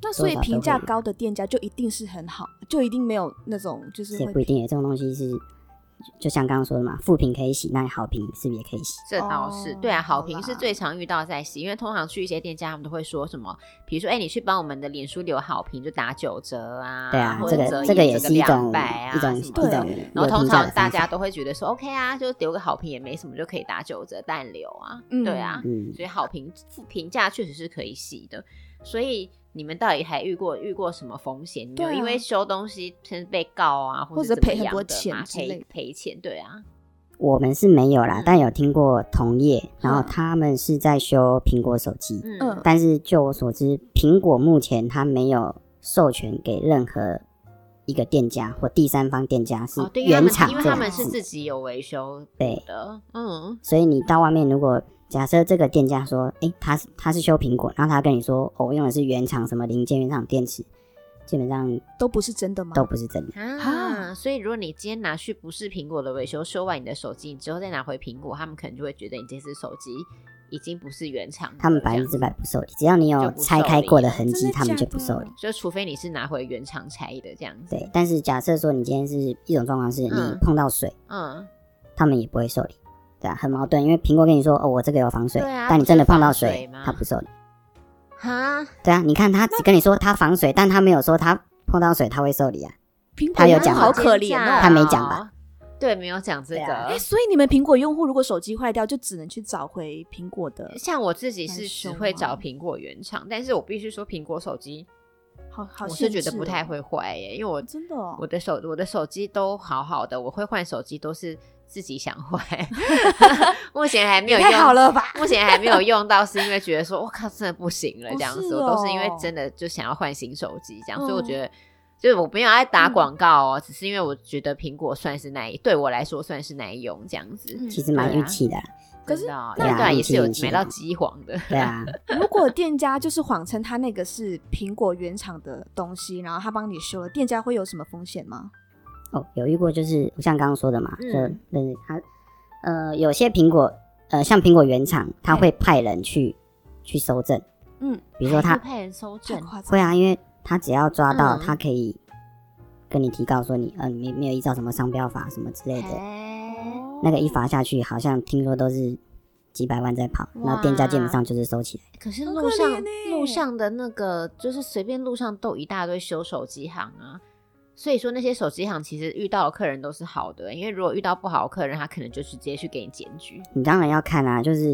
Speaker 1: 那所以
Speaker 3: 多少都
Speaker 1: 评价
Speaker 3: 会有
Speaker 1: 高的店家就一定是很好，就一定没有那种就是
Speaker 3: 也
Speaker 1: 会
Speaker 3: 不一定耶，这种东西是就像刚刚说的嘛，负评可以洗，那好评是不是也可以洗？
Speaker 2: 这倒是、
Speaker 1: 哦
Speaker 2: 对啊，好
Speaker 1: 好
Speaker 2: 评是
Speaker 1: 啦
Speaker 2: 最常遇到在洗，因为通常去一些店家，他们都会说什么，比如说，哎、你去帮我们的脸书留好评，就打九折啊，
Speaker 3: 对啊，
Speaker 2: 或
Speaker 3: 这
Speaker 2: 者折
Speaker 3: 个这
Speaker 2: 一
Speaker 3: 个也
Speaker 2: 折
Speaker 3: 是一种
Speaker 2: 200啊
Speaker 3: 一种
Speaker 2: 什
Speaker 3: 一
Speaker 2: 么
Speaker 1: 对
Speaker 2: 的
Speaker 3: 种
Speaker 2: 然后
Speaker 3: 有
Speaker 2: 通
Speaker 3: 评价
Speaker 2: 常
Speaker 3: 的
Speaker 2: 大
Speaker 3: 方
Speaker 2: 家
Speaker 3: 法。
Speaker 2: 都会觉得说，OK 啊，就留个好评也没什么，就可以打九折，但留啊，
Speaker 1: 嗯
Speaker 2: 对啊，
Speaker 3: 嗯，
Speaker 2: 所以好评负评价确实是可以洗的。所以你们到底还遇过遇过什么风险？你
Speaker 1: 对啊
Speaker 2: 有因为修东西甚至被告啊，
Speaker 1: 或
Speaker 2: 是
Speaker 1: 者
Speaker 2: 怎么
Speaker 1: 赔很
Speaker 2: 样
Speaker 1: 多
Speaker 2: 的
Speaker 1: 钱
Speaker 2: 吗
Speaker 1: 之类
Speaker 2: 赔
Speaker 1: 的
Speaker 2: 赔钱，对啊，
Speaker 3: 我们是没有啦，但有听过同业，然后
Speaker 2: 嗯
Speaker 3: 他们是在修苹果手机，
Speaker 2: 嗯
Speaker 1: 嗯
Speaker 3: 但是就我所知，苹果目前它没有授权给任何一个店家或第三方店家是
Speaker 2: 哦，对，因为他
Speaker 3: 原
Speaker 2: 们
Speaker 3: 厂
Speaker 2: 因为
Speaker 3: 这
Speaker 2: 他
Speaker 3: 样
Speaker 2: 们是
Speaker 3: 子
Speaker 2: 自己有维修
Speaker 3: 对，
Speaker 2: 的，嗯，
Speaker 3: 所以你到外面如果假设这个店家说，诶，他是他是修苹果，然后他跟你说，哦，我用的是原厂什么零件、原厂电池，基本上
Speaker 1: 都不是真的吗？
Speaker 3: 都不是真的。
Speaker 2: 啊，所以如果你今天拿去不是苹果的维修，修完你的手机，你之后再拿回苹果，他们可能就会觉得你这只手机已经不是原厂的了，
Speaker 3: 他们百分之百不受理，只要你有拆开过的痕
Speaker 1: 真
Speaker 3: 迹，
Speaker 1: 的
Speaker 3: 他们
Speaker 1: 假
Speaker 3: 就不受理。
Speaker 2: 这样，就除非你是拿回原厂拆的这样子，
Speaker 3: 对，但是假设说你今天是一种状况是你
Speaker 2: 嗯
Speaker 3: 碰到水，
Speaker 2: 嗯，
Speaker 3: 他们也不会受理，对啊，很矛盾，因为苹果跟你说哦，我这个有防水，
Speaker 2: 对啊
Speaker 3: 但你真的碰到
Speaker 2: 不是防水
Speaker 3: 水
Speaker 2: 吗，
Speaker 3: 他不受理。
Speaker 2: 哈，
Speaker 3: 对啊，你看他只跟你说他防水，但他没有说他碰到水他会受理啊。
Speaker 1: 苹果
Speaker 3: 他有
Speaker 1: 用户
Speaker 3: 讲吗
Speaker 1: 好可怜哦。
Speaker 3: 他没讲吧？
Speaker 2: 对，没有讲这
Speaker 3: 对啊
Speaker 2: 个
Speaker 1: 哎，。所以你们苹果用户如果手机坏掉，就只能去找回苹果的，
Speaker 2: 像我自己
Speaker 1: 难
Speaker 2: 是只
Speaker 1: 受
Speaker 3: 哦
Speaker 2: 会找
Speaker 1: 啊
Speaker 2: 苹果原厂，但是我必须说苹果手机，
Speaker 1: 好好
Speaker 2: 我是
Speaker 1: 限
Speaker 2: 觉得
Speaker 1: 制
Speaker 2: 不
Speaker 1: 哦
Speaker 2: 太会坏耶，因为我
Speaker 1: 真的哦
Speaker 2: 我的手我的手机都好好的，我会换手机都是自己想 坏，目前还没有
Speaker 1: 也
Speaker 2: 用
Speaker 1: 太好了吧？
Speaker 2: 目前还没有用到，是因为觉得说，我靠，真的不行了，
Speaker 1: 哦
Speaker 2: 这样子，
Speaker 1: 是
Speaker 2: 我都是因为
Speaker 1: 哦
Speaker 2: 真的就想要换新手机，这样，所以我
Speaker 1: 嗯
Speaker 2: 觉得，就是我没有爱打广告哦，只是因为我觉得苹果算是耐，对我来说算是耐用这样子。
Speaker 1: 嗯
Speaker 3: 其实蛮
Speaker 2: 对啊
Speaker 3: 运气的啦，
Speaker 1: 可是
Speaker 2: 真的哦
Speaker 3: 那
Speaker 2: 那对啊，
Speaker 3: 你
Speaker 2: 也是有
Speaker 3: 运气
Speaker 2: 买到机皇的，
Speaker 3: 对啊，
Speaker 1: 如果店家就是谎称他那个是苹果原厂的东西，然后他帮你修了，店家会有什么风险吗？
Speaker 3: 哦，有遇过就是像刚刚说的嘛，就
Speaker 2: 嗯
Speaker 3: 就是他呃，有些苹果呃，像苹果原厂，他会派人去去搜证，
Speaker 1: 嗯，
Speaker 3: 比 如说
Speaker 2: 还
Speaker 3: 他
Speaker 2: 是派人收
Speaker 1: 太
Speaker 2: 证，
Speaker 1: 夸张
Speaker 3: 会
Speaker 1: 了。
Speaker 3: 啊，因为他只要抓到，
Speaker 2: 嗯
Speaker 3: 他可以跟你提告说你呃没没有依照什么商标法什么之类的，
Speaker 2: 哎
Speaker 1: 哦
Speaker 3: 那个一罚下去，好像听说都是几百万在跑，然后店家基本上就是收起来。
Speaker 2: 可是
Speaker 1: 很
Speaker 2: 路
Speaker 1: 可
Speaker 2: 上
Speaker 1: 怜欸
Speaker 2: 路上的那个，就是随便路上都有一大堆修手机行啊。所以说那些手机行其实遇到的客人都是好的，因为如果遇到不好的客人，他可能就直接去给你检举。
Speaker 3: 你当然要看啊，就是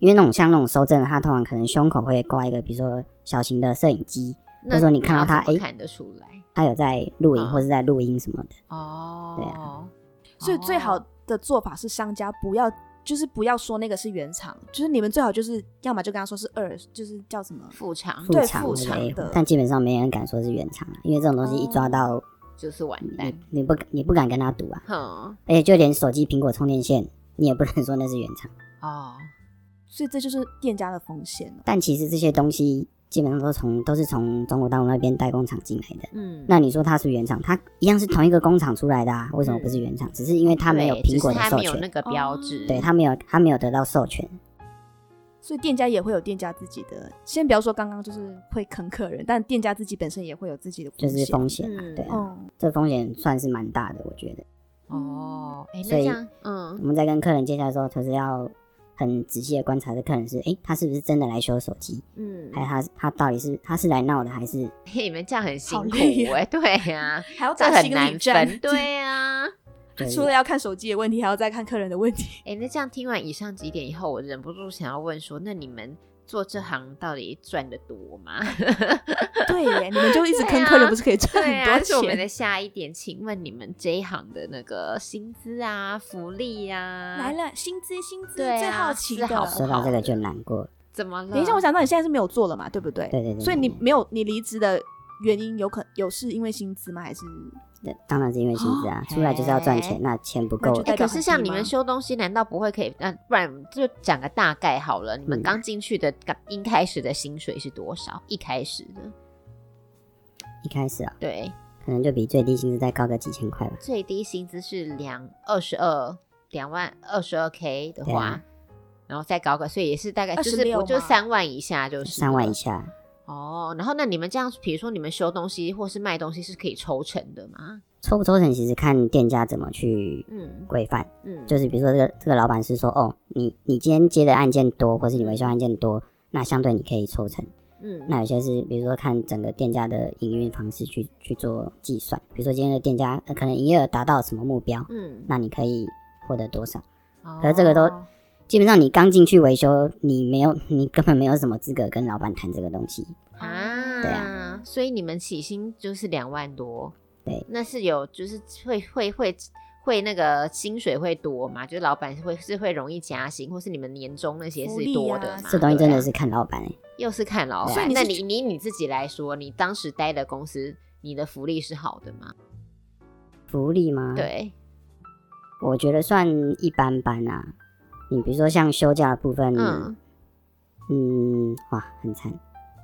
Speaker 3: 因为那种像那种收证的，他通常可能胸口会挂一个，比如说小型的摄影机，
Speaker 2: 那
Speaker 3: 或者说你看到
Speaker 2: 要怎么
Speaker 3: 他诶
Speaker 2: 看得出来
Speaker 3: 他有在录影
Speaker 2: 嗯
Speaker 3: 或是在录音什么的。
Speaker 2: 哦。
Speaker 3: 对
Speaker 2: 啊，
Speaker 1: 所以最
Speaker 2: 哦
Speaker 1: 好的做法是商家不要，就是不要说那个是原厂，就是你们最好就是要么就跟他说是二，就是叫什么，
Speaker 2: 副厂
Speaker 3: 副
Speaker 1: 对
Speaker 3: 厂
Speaker 1: 副
Speaker 3: 或者
Speaker 1: 厂
Speaker 3: A
Speaker 1: 的
Speaker 3: 货但基本上没人敢说是原厂啊，因为这种东西一抓到，
Speaker 2: 哦就是完
Speaker 3: 你
Speaker 2: 蛋。
Speaker 3: 你不你不敢跟他赌啊，
Speaker 2: 哼
Speaker 3: 而且就连手机、苹果充电线，你也不能说那是原厂。
Speaker 2: 哦，
Speaker 1: 所以这就是店家的风险了。
Speaker 3: 但其实这些东西基本上都从都是从中国大陆那边代工厂进来的。
Speaker 2: 嗯，
Speaker 3: 那你说它是原厂，它一样是同一个工厂出来的啊，为什么
Speaker 2: 嗯
Speaker 3: 不是原厂？只是因为它没有
Speaker 2: 对
Speaker 3: 苹果
Speaker 2: 只
Speaker 3: 的
Speaker 2: 是他
Speaker 3: 授
Speaker 2: 没有那
Speaker 3: 权，
Speaker 2: 个标
Speaker 1: 哦
Speaker 2: 志，
Speaker 3: 对它没有它没有得到授权，
Speaker 1: 所以店家也会有店家自己的，先不要说刚刚就是会坑客人，但店家自己本身也会有自己的
Speaker 3: 就
Speaker 1: 风
Speaker 3: 是
Speaker 1: 险。
Speaker 3: 风险啊
Speaker 2: 嗯，
Speaker 3: 对啊，
Speaker 1: 哦，
Speaker 3: 这风险算是蛮大的，我觉得。
Speaker 2: 哦，哎，那
Speaker 3: 所
Speaker 2: 这
Speaker 3: 以
Speaker 2: 样，嗯
Speaker 3: 我们在跟客人介绍的时候，就是要很仔细的观察这客人是，诶，他是不是真的来修手机，
Speaker 2: 嗯，
Speaker 3: 还有他他到底是他是来闹的，还是
Speaker 2: 嘿你们这样很辛
Speaker 1: 好
Speaker 2: 苦
Speaker 1: 累啊呀
Speaker 2: 哎，对呀，
Speaker 1: 还要
Speaker 2: 这
Speaker 1: 打
Speaker 2: 很
Speaker 1: 心
Speaker 2: 难
Speaker 1: 理战，
Speaker 2: 分，对啊呀、
Speaker 3: 对
Speaker 1: 除了要看手机的问题，还要再看客人的问题。
Speaker 2: 哎、那这样听完以上几点以后，我忍不住想要问说，那你们做这行到底赚的多吗？
Speaker 1: 对耶，你们就一直
Speaker 2: 对
Speaker 1: 坑
Speaker 2: 啊
Speaker 1: 客人，不是可以赚
Speaker 2: 对
Speaker 1: 很
Speaker 2: 啊，
Speaker 1: 多
Speaker 2: 这是我们
Speaker 1: 钱？
Speaker 2: 的下一点。请问你们这一行的那个薪资啊、福利呀、啊，
Speaker 1: 来了，薪资薪资
Speaker 2: 对啊
Speaker 1: 最好奇
Speaker 2: 是好啊
Speaker 1: 的
Speaker 2: 不。
Speaker 3: 说到这个就难过了？
Speaker 2: 怎么了？
Speaker 1: 等一下，我想到你现在是没有做了嘛，对不对？
Speaker 3: 对对对，
Speaker 1: 所以你
Speaker 3: 对
Speaker 1: 没有你离职的原因，有可有是因为薪资吗？还是
Speaker 3: 对当然是因为薪资啊，
Speaker 2: 哦
Speaker 3: 出来就是要赚
Speaker 2: 嘿
Speaker 3: 钱，那钱不
Speaker 1: 那
Speaker 3: 够
Speaker 1: 就，
Speaker 2: 哎、
Speaker 1: 代表
Speaker 2: 可是
Speaker 1: 很
Speaker 2: 像
Speaker 1: 低
Speaker 2: 你们
Speaker 1: 吗
Speaker 2: 修东西，难道不会可以？那、不然就讲个大概好了。你们
Speaker 3: 嗯
Speaker 2: 刚进去的、刚一开始的薪水是多少？一开始的，
Speaker 3: 一开始啊，
Speaker 2: 对，
Speaker 3: 可能就比最低薪资再高个几千块吧。
Speaker 2: 最低薪资是两二十二两万二十二 k 的
Speaker 3: 对
Speaker 2: 话，
Speaker 3: 啊
Speaker 2: 然后再高个，所以也是大概就是
Speaker 1: 26
Speaker 2: 不就
Speaker 1: 吗
Speaker 2: 三万以下就是
Speaker 3: 三万
Speaker 2: 了
Speaker 3: 以下，
Speaker 2: 哦。然后那你们这样，比如说你们修东西或是卖东西是可以抽成的吗？
Speaker 3: 抽不抽成其实看店家怎么去
Speaker 2: 嗯
Speaker 3: 规范。
Speaker 2: 嗯，
Speaker 3: 就是比如说这个这个老板是说，哦，你你今天接的案件多，或是你维修案件多，那相对你可以抽成。
Speaker 2: 嗯
Speaker 3: 那有些是比如说看整个店家的营运方式去去做计算，比如说今天的店家、呃可能营业额达到什么目标，
Speaker 2: 嗯，哦
Speaker 3: 那你可以获得多少。
Speaker 2: 可
Speaker 3: 可是这个都基本上你刚进去维修，你没有你根本没有什么资格跟老板谈这个东西。
Speaker 1: 哦
Speaker 2: 啊，
Speaker 3: 对
Speaker 2: 啊，所以你们起薪就是两万多，
Speaker 3: 对，
Speaker 2: 那是有就是会会会会那个薪水会多嘛？就是老板是会是会容易加薪，或是你们年终那些
Speaker 1: 福
Speaker 2: 是
Speaker 1: 利
Speaker 2: 多
Speaker 1: 啊
Speaker 2: 的嘛？
Speaker 3: 这东西真
Speaker 2: 对
Speaker 3: 的
Speaker 2: 啊
Speaker 3: 是看老板、欸，
Speaker 2: 又是看老
Speaker 1: 所以
Speaker 2: 板，
Speaker 1: 你
Speaker 2: 那
Speaker 1: 是
Speaker 2: 你你你自己来说，你当时待的公司，你的福利是好的吗？
Speaker 3: 福利吗？，
Speaker 2: 对，
Speaker 3: 我觉得算一般般啊。你比如说像休假的部分，
Speaker 2: 嗯，
Speaker 3: 嗯，哇，很惨。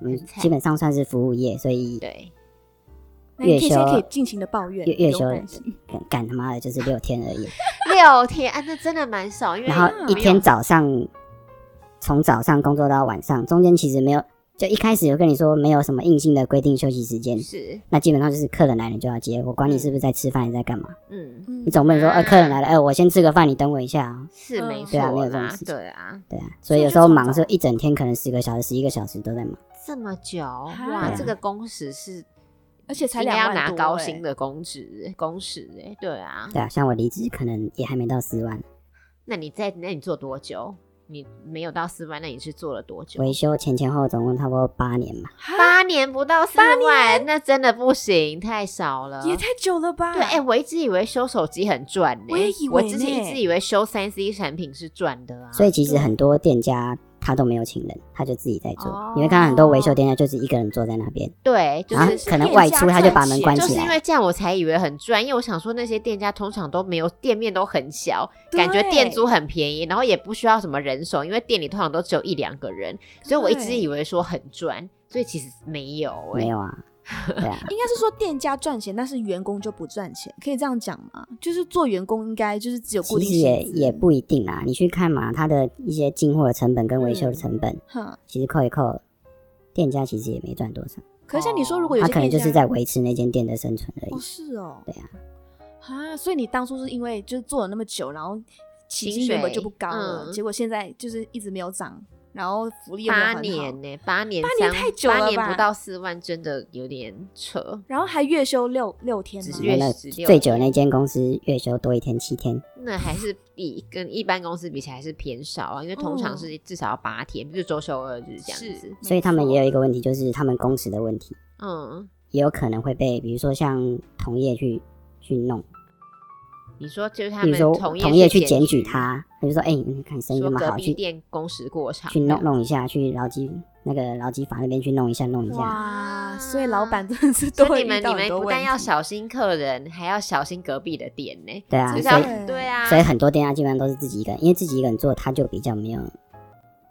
Speaker 3: 嗯，
Speaker 2: 很惨
Speaker 3: 基本上算是服务业，所以
Speaker 2: 对，
Speaker 1: 那你可以
Speaker 3: 月休
Speaker 1: 现在可以尽情的抱怨，
Speaker 3: 月月
Speaker 1: 不
Speaker 3: 休
Speaker 1: 用担心
Speaker 3: 干干他妈的就是六天而已。
Speaker 2: 六天啊，那真的蛮少，因为
Speaker 3: 然后
Speaker 2: 嗯没
Speaker 3: 一
Speaker 2: 有
Speaker 3: 天早上从早上工作到晚上，中间其实没有，就一开始有跟你说没有什么硬性的规定休息时间，
Speaker 2: 是
Speaker 3: 那基本上就是客人来了就要接，我管你是不是在吃饭，你在干嘛，
Speaker 2: 嗯
Speaker 1: 嗯
Speaker 3: 你总不能说呃客人来了，哎我先吃个饭，你等我一下啊，
Speaker 2: 是
Speaker 1: 嗯
Speaker 2: 没错
Speaker 3: 对啊没有这种
Speaker 2: 啦
Speaker 3: 事，情
Speaker 2: 对啊，
Speaker 3: 对啊，
Speaker 1: 所
Speaker 3: 所
Speaker 1: 以
Speaker 3: 以有
Speaker 1: 就
Speaker 3: 时候
Speaker 1: 从
Speaker 3: 忙
Speaker 1: 早
Speaker 3: 是一整天，可能十个小时、十一个小时都在忙，
Speaker 2: 这么久哇，
Speaker 1: 哈
Speaker 2: 这个工时是
Speaker 1: 而且才
Speaker 2: 应该
Speaker 1: 两
Speaker 2: 要
Speaker 1: 万
Speaker 2: 拿
Speaker 1: 多
Speaker 2: 高
Speaker 1: 欸
Speaker 2: 薪的工职工时哎、对啊，
Speaker 3: 对啊，像我离职可能也还没到四万，
Speaker 2: 那你在那你做多久？你没有到四万，那你是做了多久？
Speaker 3: 维修前前后总共差不多八年吧，
Speaker 1: 啊
Speaker 2: 八年不到四万，那真的不行，太少
Speaker 3: 啊
Speaker 2: 了。
Speaker 1: 也太久了吧？
Speaker 2: 对，哎、我一直以为修手机很赚呢、
Speaker 1: 啊我也以为
Speaker 2: 我之前一
Speaker 1: 呢
Speaker 2: 直以为修三 C 产品是赚的啊。
Speaker 3: 所以其实
Speaker 1: 对
Speaker 3: 很多店家他都没有请人，他就自己在做，你会看到很多维修店家就是一个人坐在那边。
Speaker 2: 对，哦就
Speaker 3: 然后
Speaker 2: 是、
Speaker 3: 啊可能
Speaker 1: 店
Speaker 3: 外
Speaker 1: 家
Speaker 3: 出他就
Speaker 1: 赚
Speaker 3: 把门
Speaker 1: 钱
Speaker 3: 关
Speaker 2: 就
Speaker 3: 起
Speaker 2: 是
Speaker 3: 来
Speaker 2: 因。为这样，我才以为很赚，因为我想说那些店家通常都没有店面都很小，感觉店租很便宜，然后也不需要什么人手，因为店里通常都只有一两个人，所以我一直
Speaker 1: 对
Speaker 2: 以为说很赚，所以其实没有、欸，
Speaker 3: 没有啊，对啊，
Speaker 1: 应该是说店家赚钱，但是员工就不赚钱，可以这样讲吗？就是做员工应该就是只有固
Speaker 3: 其
Speaker 1: 定
Speaker 3: 实也
Speaker 1: 薪资
Speaker 3: 也，不一定啦。你去看嘛，它的一些进货的成本跟维修的成本，
Speaker 1: 哼。
Speaker 3: 其实扣一扣，店家其实也没赚多少，
Speaker 1: 可是像你说，
Speaker 2: 哦
Speaker 1: 如果有
Speaker 3: 他
Speaker 1: 些
Speaker 3: 可能
Speaker 1: 店
Speaker 3: 就是
Speaker 1: 家
Speaker 3: 在维持那间店的生存而
Speaker 1: 哦，
Speaker 3: 已。
Speaker 1: 是哦，
Speaker 3: 对啊，
Speaker 1: 啊，所以你当初是因为就是做了那么久，然后起
Speaker 2: 薪
Speaker 1: 薪原本
Speaker 2: 水
Speaker 1: 就不高了，
Speaker 2: 嗯
Speaker 1: 结果现在就是一直没有涨，然后福利也没有
Speaker 2: 八
Speaker 1: 很好
Speaker 2: 年，呢、八年
Speaker 1: 八
Speaker 2: 三
Speaker 1: 年太久了
Speaker 2: 八年不
Speaker 1: 吧
Speaker 2: 到四万，真的有点扯。
Speaker 1: 然后还月休六六天
Speaker 2: 只
Speaker 1: 吗
Speaker 2: 是？月
Speaker 3: 那
Speaker 2: 16
Speaker 3: 最久那间公司月休多一天七天，
Speaker 2: 那还是比跟一般公司比起来还是偏少啊，因为通常
Speaker 1: 嗯
Speaker 2: 是至少要八天，就是周休二日这样
Speaker 1: 是
Speaker 2: 子。
Speaker 3: 所以他们也有一个问题，就是他们工时的问题，
Speaker 2: 嗯，
Speaker 3: 也有可能会被比如说像同业去去弄，
Speaker 2: 你说就是他
Speaker 3: 比如
Speaker 2: 们
Speaker 3: 说
Speaker 2: 同业
Speaker 3: 同业去检
Speaker 2: 检
Speaker 3: 举，他，他就说：“哎、你看你生意
Speaker 2: 说
Speaker 3: 那么
Speaker 2: 隔
Speaker 3: 好，
Speaker 2: 壁
Speaker 3: 去
Speaker 2: 店工时过长，
Speaker 3: 去弄弄一下，去劳基那个劳基法那边去弄一下，弄一下。”
Speaker 1: 哇，所以老板真的是都
Speaker 2: 所以
Speaker 1: 会
Speaker 2: 你们
Speaker 1: 遇到
Speaker 2: 你
Speaker 1: 很
Speaker 2: 们
Speaker 1: 多
Speaker 2: 不
Speaker 1: 问
Speaker 2: 但
Speaker 1: 题
Speaker 2: 要小心客人，还要小心隔壁的店呢、
Speaker 3: 对啊，
Speaker 2: 就
Speaker 3: 所
Speaker 2: 是要
Speaker 3: 以
Speaker 1: 以
Speaker 2: 对啊，
Speaker 3: 所以很多店家基本上都是自己一个人，因为自己一个人做，他就比较没有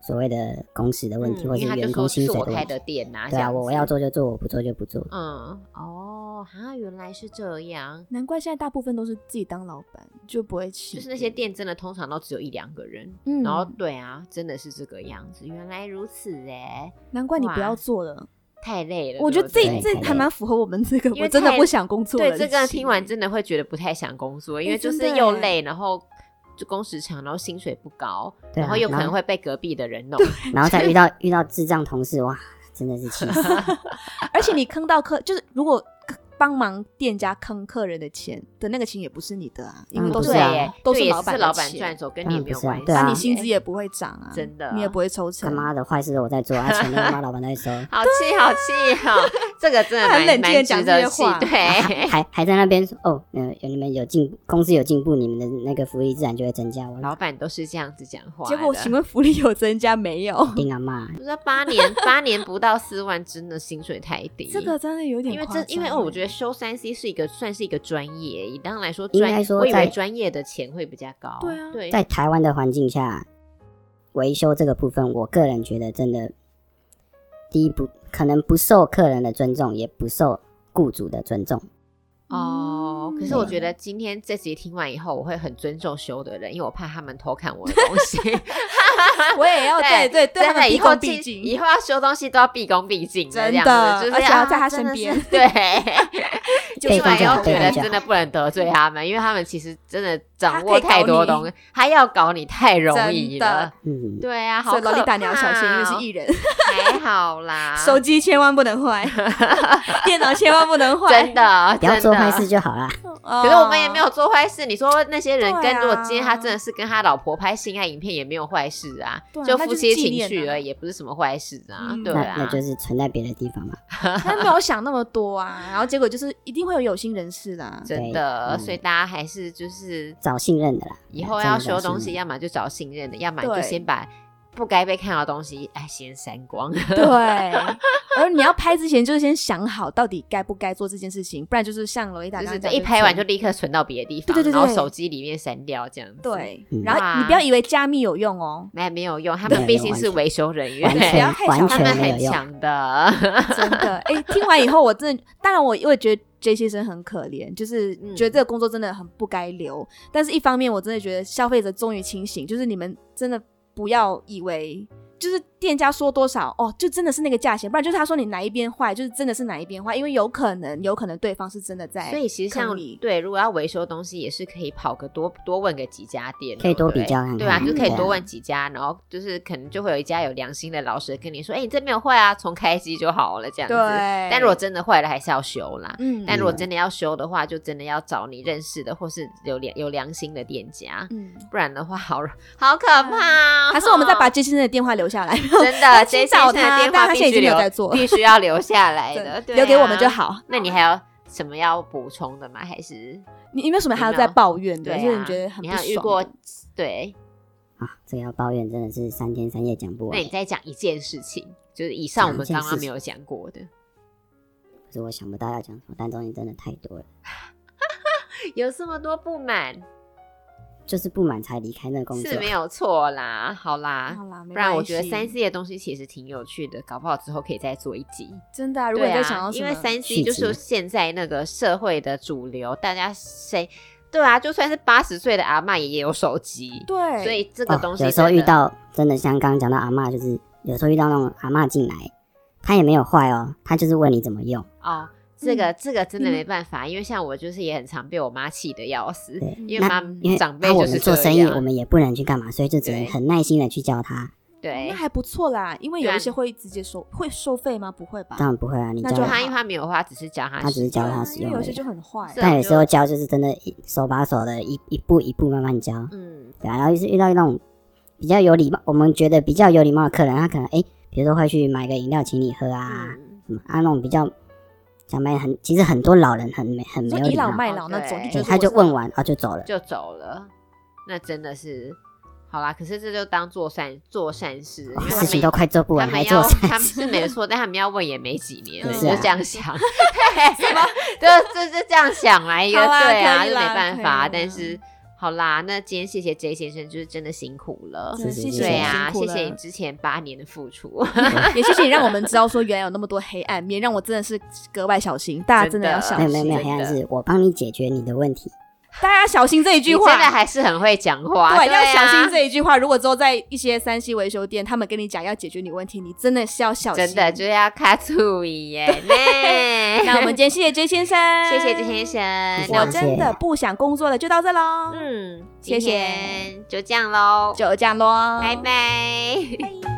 Speaker 3: 所谓的工时的问题，
Speaker 2: 嗯
Speaker 3: 或
Speaker 2: 因
Speaker 3: 是
Speaker 2: 为他就
Speaker 3: 员
Speaker 2: 说
Speaker 3: 工薪
Speaker 2: 是
Speaker 3: 水
Speaker 2: 我
Speaker 3: 的问
Speaker 2: 开
Speaker 3: 题
Speaker 2: 的。店呐、这
Speaker 3: 对啊，
Speaker 2: 样
Speaker 3: 我我
Speaker 2: 子
Speaker 3: 要做就做，我不做就不做。
Speaker 2: 嗯哦啊，原来是这样，
Speaker 1: 难怪现在大部分都是自己当老板，就不会起。
Speaker 2: 就是那些店真的通常都只有一两个人，
Speaker 1: 嗯
Speaker 2: 然后对啊，真的是这个样子，原来如此哎、
Speaker 1: 难怪你
Speaker 2: 哇
Speaker 1: 不要做了。
Speaker 2: 太累了，
Speaker 1: 我觉得
Speaker 2: 对不
Speaker 1: 这
Speaker 2: 对
Speaker 1: 这还蛮符合我们这个，
Speaker 2: 因为
Speaker 1: 我真的
Speaker 2: 太
Speaker 1: 不想工作了。
Speaker 2: 对这个
Speaker 1: 其实
Speaker 2: 听完真的会觉得不太想工作，因
Speaker 1: 哎
Speaker 2: 为就
Speaker 1: 真
Speaker 2: 是
Speaker 1: 的
Speaker 2: 又
Speaker 1: 哎
Speaker 2: 累，然后就工时长，然后薪水不高，
Speaker 3: 对啊
Speaker 2: 然后又可
Speaker 3: 然
Speaker 2: 能
Speaker 3: 后
Speaker 2: 会被隔壁的人弄，
Speaker 3: 然后再 遇到遇到智障同事，哇，真的是气死。
Speaker 1: 而且你坑到客，就是如果坑帮忙店家坑客人的钱的那个钱也不是你的啊，因为
Speaker 3: 嗯
Speaker 1: 都
Speaker 3: 不
Speaker 1: 是
Speaker 3: 是
Speaker 2: 对
Speaker 3: 啊
Speaker 1: 老
Speaker 2: 耶，
Speaker 1: 都
Speaker 2: 对
Speaker 1: 是
Speaker 2: 也
Speaker 1: 老板
Speaker 2: 是
Speaker 1: 的
Speaker 2: 老板
Speaker 1: 钱
Speaker 2: 赚走，跟
Speaker 3: 当
Speaker 2: 你没
Speaker 3: 然不
Speaker 2: 有
Speaker 3: 是啊
Speaker 2: 关系，
Speaker 3: 对
Speaker 1: 那
Speaker 3: 啊
Speaker 1: 你薪资也不会涨啊，
Speaker 2: 真的
Speaker 1: 你也不会抽成
Speaker 3: 他。妈的，坏事我在做，啊，钱都他妈老板在 收，
Speaker 2: 好气 好气哦，这个真的
Speaker 1: 他很冷静
Speaker 2: 蛮
Speaker 1: 地
Speaker 2: 蛮值
Speaker 1: 讲这
Speaker 2: 得
Speaker 1: 些
Speaker 2: 气
Speaker 1: 话，
Speaker 2: 对。
Speaker 3: 还还在那边说哦，嗯，有你们有进步，公司有进步，你们的那个福利自然就会增加。我
Speaker 2: 老板都是这样子讲话的，
Speaker 1: 结果请问福利有增加没 有？
Speaker 3: 顶啊骂，
Speaker 2: 不知道八年八年不到四万，真的薪水太低。
Speaker 1: 这个真的有点
Speaker 2: 因为
Speaker 1: 夸张
Speaker 2: 这
Speaker 1: 欸，
Speaker 2: 因为哦我觉得修三 C 是一个算是一个专业，以当然来说
Speaker 3: 应
Speaker 2: 专，
Speaker 3: 该说
Speaker 2: 我以
Speaker 3: 在
Speaker 2: 为专业的钱会比较高。
Speaker 1: 对啊
Speaker 2: 对，
Speaker 3: 在台湾的环境下，维修这个部分，我个人觉得真的，第一不可能不受客人的尊重，也不受雇主的尊重。
Speaker 2: 哦，
Speaker 1: 嗯
Speaker 2: 可是我觉得 今天这集听完以后，我会很尊重修的人，因为我怕他们偷看我的东西。
Speaker 1: 我也要对对对他
Speaker 2: 真
Speaker 1: 们
Speaker 2: 的
Speaker 1: 毕
Speaker 2: 以后
Speaker 1: 恭毕
Speaker 2: 进以
Speaker 1: 敬。
Speaker 2: 后要修东西都要毕恭毕敬
Speaker 1: 真的
Speaker 2: 这样子，就是
Speaker 1: 而且要
Speaker 2: 要
Speaker 1: 在他身边
Speaker 2: 对，
Speaker 1: 就是
Speaker 2: 买
Speaker 3: 对
Speaker 2: 要觉
Speaker 3: 对
Speaker 2: 得
Speaker 3: 对
Speaker 2: 真的不能得罪他们，因为他们其实真的
Speaker 1: 他
Speaker 2: 掌
Speaker 1: 可以
Speaker 2: 握太
Speaker 1: 搞
Speaker 2: 多
Speaker 1: 你
Speaker 2: 东西，他要搞你太容
Speaker 1: 真
Speaker 2: 易
Speaker 1: 的
Speaker 2: 了。
Speaker 3: 嗯，
Speaker 2: 对啊，好
Speaker 1: 所以
Speaker 2: 可
Speaker 1: 老
Speaker 2: 怕
Speaker 1: 李
Speaker 2: 哦！
Speaker 1: 大
Speaker 2: 啊
Speaker 1: 你要小心，因为是艺人，
Speaker 2: 还 好啦，
Speaker 1: 手机千万不能 坏，电脑千万不能坏。哦
Speaker 2: 真的
Speaker 3: 不要
Speaker 2: 真
Speaker 3: 做坏事
Speaker 2: 的。
Speaker 3: 就好啦。
Speaker 1: 可
Speaker 2: 可是我们也没有做坏事。你说那些人
Speaker 3: 哦
Speaker 1: 对
Speaker 2: 跟，如果
Speaker 1: 啊
Speaker 2: 今天他真的是跟他老婆拍性爱影片，也没有坏事啊
Speaker 1: 对啊，
Speaker 2: 就
Speaker 1: 那
Speaker 2: 夫
Speaker 1: 就是
Speaker 2: 妻
Speaker 1: 纪
Speaker 2: 情
Speaker 1: 念
Speaker 2: 绪
Speaker 1: 啊
Speaker 2: 而已，也不是什么坏事啊
Speaker 1: 嗯，
Speaker 2: 对
Speaker 3: 那那
Speaker 2: 啊
Speaker 3: 就，是存在别的地方嘛。
Speaker 1: 他没有想那么多啊，然后结果就是一定会有有心人士啦。
Speaker 2: 真
Speaker 3: 对
Speaker 2: 的。
Speaker 3: 嗯
Speaker 2: 所以大家还是就是
Speaker 3: 找信任的啦，
Speaker 2: 以后
Speaker 3: 真的
Speaker 2: 要
Speaker 3: 找
Speaker 2: 修
Speaker 3: 信
Speaker 2: 东西，
Speaker 3: 任
Speaker 2: 要么就找信任的，要么你就
Speaker 1: 对
Speaker 2: 先把不该被看到的东西，哎，先删 光。
Speaker 1: 对，而你要拍之前就是先想好到底该不该做这件事情，不然就是像罗伊达
Speaker 2: 就
Speaker 1: 刚
Speaker 2: 是
Speaker 1: 刚讲的
Speaker 2: 一拍完就立刻存到别的地方，
Speaker 1: 对对对
Speaker 2: 然后
Speaker 1: 对
Speaker 2: 手机里面删掉这样子。，
Speaker 1: 对
Speaker 3: 嗯，
Speaker 1: 然后你不要以为加密有用哦，
Speaker 2: 没没有用，他
Speaker 3: 对
Speaker 2: 们毕竟是维修人员
Speaker 3: 完，
Speaker 1: 不要太
Speaker 3: 全完
Speaker 1: 小
Speaker 2: 他
Speaker 1: 看
Speaker 2: 们
Speaker 3: 全没
Speaker 2: 很
Speaker 3: 有用。
Speaker 2: 强的。
Speaker 1: 真的。哎，听完以后我真的，当然我我也觉得 J 先生很可怜，就是
Speaker 2: 嗯
Speaker 1: 觉得这个工作真的很不该留。但是一方面我真的觉得消费者终于清醒，就是你们真的不要以为。就是店家说多少哦，就真的是那个价钱，不然就是他说你哪一边坏，就是真的是哪一边坏，因为有可能，有可能对方是真的在，
Speaker 2: 所以其实像
Speaker 1: 坑你
Speaker 2: 对，如果要维修东西，也是可以跑个多多问个几家店，
Speaker 3: 可以
Speaker 2: 对
Speaker 3: 多
Speaker 2: 不对
Speaker 3: 比较看看
Speaker 2: 对啊，就
Speaker 1: 嗯
Speaker 2: 可以
Speaker 1: 对啊
Speaker 2: 多问几家，然后就是可能就会有一家有良心的老师跟你说，哎，你这没有坏啊，重开机就好了这样子。
Speaker 1: 对
Speaker 2: 但如果真的坏了，还是要修啦。
Speaker 1: 嗯
Speaker 2: 但如果
Speaker 3: 嗯
Speaker 2: 真的要修的话，就真的要找你认识的或是有良有良心的店家。
Speaker 1: 嗯，
Speaker 2: 不然的话好，好可怕、哦。
Speaker 1: 还是我们再把 J 先生的电话留下来，
Speaker 2: 真的 J
Speaker 1: 请
Speaker 2: 先
Speaker 1: 找
Speaker 2: 生的
Speaker 1: 他
Speaker 2: 电
Speaker 1: 但
Speaker 2: 话
Speaker 1: 他
Speaker 2: 必
Speaker 1: 现在已
Speaker 2: 须
Speaker 1: 经没有
Speaker 2: 留
Speaker 1: 在做了
Speaker 2: 必须要留下 来的，对啊
Speaker 1: 留给我们就。好。
Speaker 2: 那你还有什么要补充的吗？还是
Speaker 1: 你有没有什么还要
Speaker 2: 有没
Speaker 1: 再
Speaker 2: 有
Speaker 1: 抱怨的？
Speaker 2: 对、啊，
Speaker 1: 就是你觉得很
Speaker 2: 你
Speaker 1: 不
Speaker 2: 还有遇
Speaker 1: 爽
Speaker 2: 过
Speaker 1: 的？
Speaker 2: 对？
Speaker 3: 啊，这个要抱怨真的是三天三夜讲不
Speaker 2: 那
Speaker 3: 完
Speaker 2: 你。再讲一件事情，就是以上我们刚刚没有讲过的，
Speaker 3: 可是我想不到要讲什么，但东西真的太多了，
Speaker 2: 有这么多不满
Speaker 3: 就是不满才离开那个工作
Speaker 2: 是。没有错啦。好啦。
Speaker 1: 好啦，没
Speaker 2: 不然我觉得
Speaker 1: 关
Speaker 2: 三
Speaker 1: 系
Speaker 2: C 的东西其实挺有趣的，搞不好之后可以再做一集。
Speaker 1: 真的啊，如果
Speaker 2: 对
Speaker 1: 你在想要
Speaker 2: 啊，
Speaker 1: 什
Speaker 2: 因
Speaker 1: 么，
Speaker 2: 为三 C
Speaker 3: 续
Speaker 2: 就是
Speaker 3: 集
Speaker 2: 现在那个社会的主流，大家谁对啊，就算是八十岁的阿嬷也有手机，
Speaker 1: 对，啊
Speaker 2: 所以这个
Speaker 3: 哦
Speaker 2: 东西、
Speaker 3: 有时候遇，到真的像刚刚讲到阿嬷，就是有时候遇到那种阿嬷进来，她也没有坏哦，她就是问你怎么用。
Speaker 2: 哦，这个、
Speaker 1: 嗯
Speaker 2: 这个真的
Speaker 1: 你们
Speaker 2: 没办法，因为像我就是也很常被我妈气得要死，
Speaker 3: 对，
Speaker 2: 因为
Speaker 3: 那
Speaker 2: 妈
Speaker 3: 因为
Speaker 2: 长辈
Speaker 3: 那我
Speaker 2: 就是
Speaker 3: 们做
Speaker 2: 这
Speaker 3: 生意，
Speaker 2: 样
Speaker 3: 我们也不能去干嘛，所以就只能
Speaker 2: 对
Speaker 3: 很耐心的去教她。
Speaker 1: 哦
Speaker 2: 对
Speaker 1: 那。还不错啦。因为
Speaker 2: 哎对
Speaker 1: 有
Speaker 2: 啊
Speaker 1: 一些会直接收，会收费吗？不会吧？
Speaker 3: 当然不会啊，你
Speaker 1: 那
Speaker 3: 教
Speaker 1: 就
Speaker 2: 就
Speaker 1: 还
Speaker 2: 他，
Speaker 1: 好
Speaker 2: 因为他没有花，只是教他
Speaker 3: 她只是
Speaker 2: 使
Speaker 3: 教
Speaker 2: 用
Speaker 3: 她
Speaker 1: 啊
Speaker 3: 使
Speaker 1: 因为
Speaker 3: 用
Speaker 1: 有
Speaker 3: 而
Speaker 1: 些
Speaker 3: 已。
Speaker 1: 就很坏
Speaker 2: 是，啊
Speaker 3: 但有时候
Speaker 2: 就
Speaker 3: 教就是真的一手把手的一一步一步慢慢教。
Speaker 2: 嗯，
Speaker 3: 对啊，然后就是遇到那种比较有礼貌，我们觉得比较有礼貌的客人，他可能哎，诶比如说会去买个饮料请你喝啊，
Speaker 2: 嗯
Speaker 3: 嗯、啊那种比较讲白很，其实很多老人很没很
Speaker 1: 你说
Speaker 3: 没有
Speaker 1: 倚
Speaker 3: 礼
Speaker 1: 老
Speaker 3: 貌，
Speaker 1: 卖老那种，
Speaker 2: 对
Speaker 1: 就觉得
Speaker 3: 对，他
Speaker 1: 我
Speaker 3: 就是问完啊就走了。
Speaker 2: 就走了，那真的是好啦。可是这就当做善做善事，因
Speaker 3: 哇，
Speaker 2: 为他
Speaker 3: 事
Speaker 2: 们
Speaker 3: 情都快做不
Speaker 2: 他
Speaker 3: 完，还
Speaker 2: 们
Speaker 3: 做
Speaker 2: 要
Speaker 3: 善
Speaker 2: 他们
Speaker 3: 事。
Speaker 2: 是没错，但他们要问也没几年，
Speaker 1: 对
Speaker 2: 你
Speaker 3: 是
Speaker 2: 就
Speaker 3: 啊
Speaker 2: 这样想，对，就就就这样想来一个，
Speaker 1: 好啊
Speaker 2: 对啊，
Speaker 1: 可
Speaker 2: 就
Speaker 1: 以
Speaker 2: 没
Speaker 1: 啦
Speaker 2: 办
Speaker 1: 可以
Speaker 2: 法。
Speaker 1: 啦
Speaker 2: 但是好啦，那今天谢谢 J 先生，就是真的辛苦了。
Speaker 1: 真的
Speaker 3: 是
Speaker 1: 谢
Speaker 3: 是
Speaker 1: 谢
Speaker 2: 对
Speaker 1: 你
Speaker 2: 啊，
Speaker 1: 辛苦
Speaker 2: 谢
Speaker 1: 了
Speaker 2: 谢你 之前八年的付出，
Speaker 1: 也谢谢你让我们知道说原来有那么多黑暗面，让我真的是格外小心，大家真的要小
Speaker 3: 没有没有
Speaker 1: 心，
Speaker 3: 没有，黑
Speaker 2: 真
Speaker 3: 暗
Speaker 2: 的
Speaker 3: 是我帮你解决你的问题，
Speaker 1: 大家要小心 这一句
Speaker 2: 你
Speaker 1: 话，
Speaker 2: 真的还是很会讲话，
Speaker 1: 对，
Speaker 2: 对，啊
Speaker 1: 要小心。这一句话。如果之后在一些三 C 维修店，他们跟你讲要解决你问题，你真的是要小心。
Speaker 2: 真的就是要卡住耶， 妹
Speaker 1: 那我们今天谢谢 J 先生，
Speaker 2: 谢谢 J 先生，
Speaker 1: 哎我
Speaker 2: 那我们
Speaker 3: 谢
Speaker 1: 真的不想工作了，就到这喽，
Speaker 2: 嗯，
Speaker 1: 谢谢
Speaker 2: 今天就这样喽，
Speaker 1: 就这样喽，
Speaker 2: 拜拜。
Speaker 1: 拜。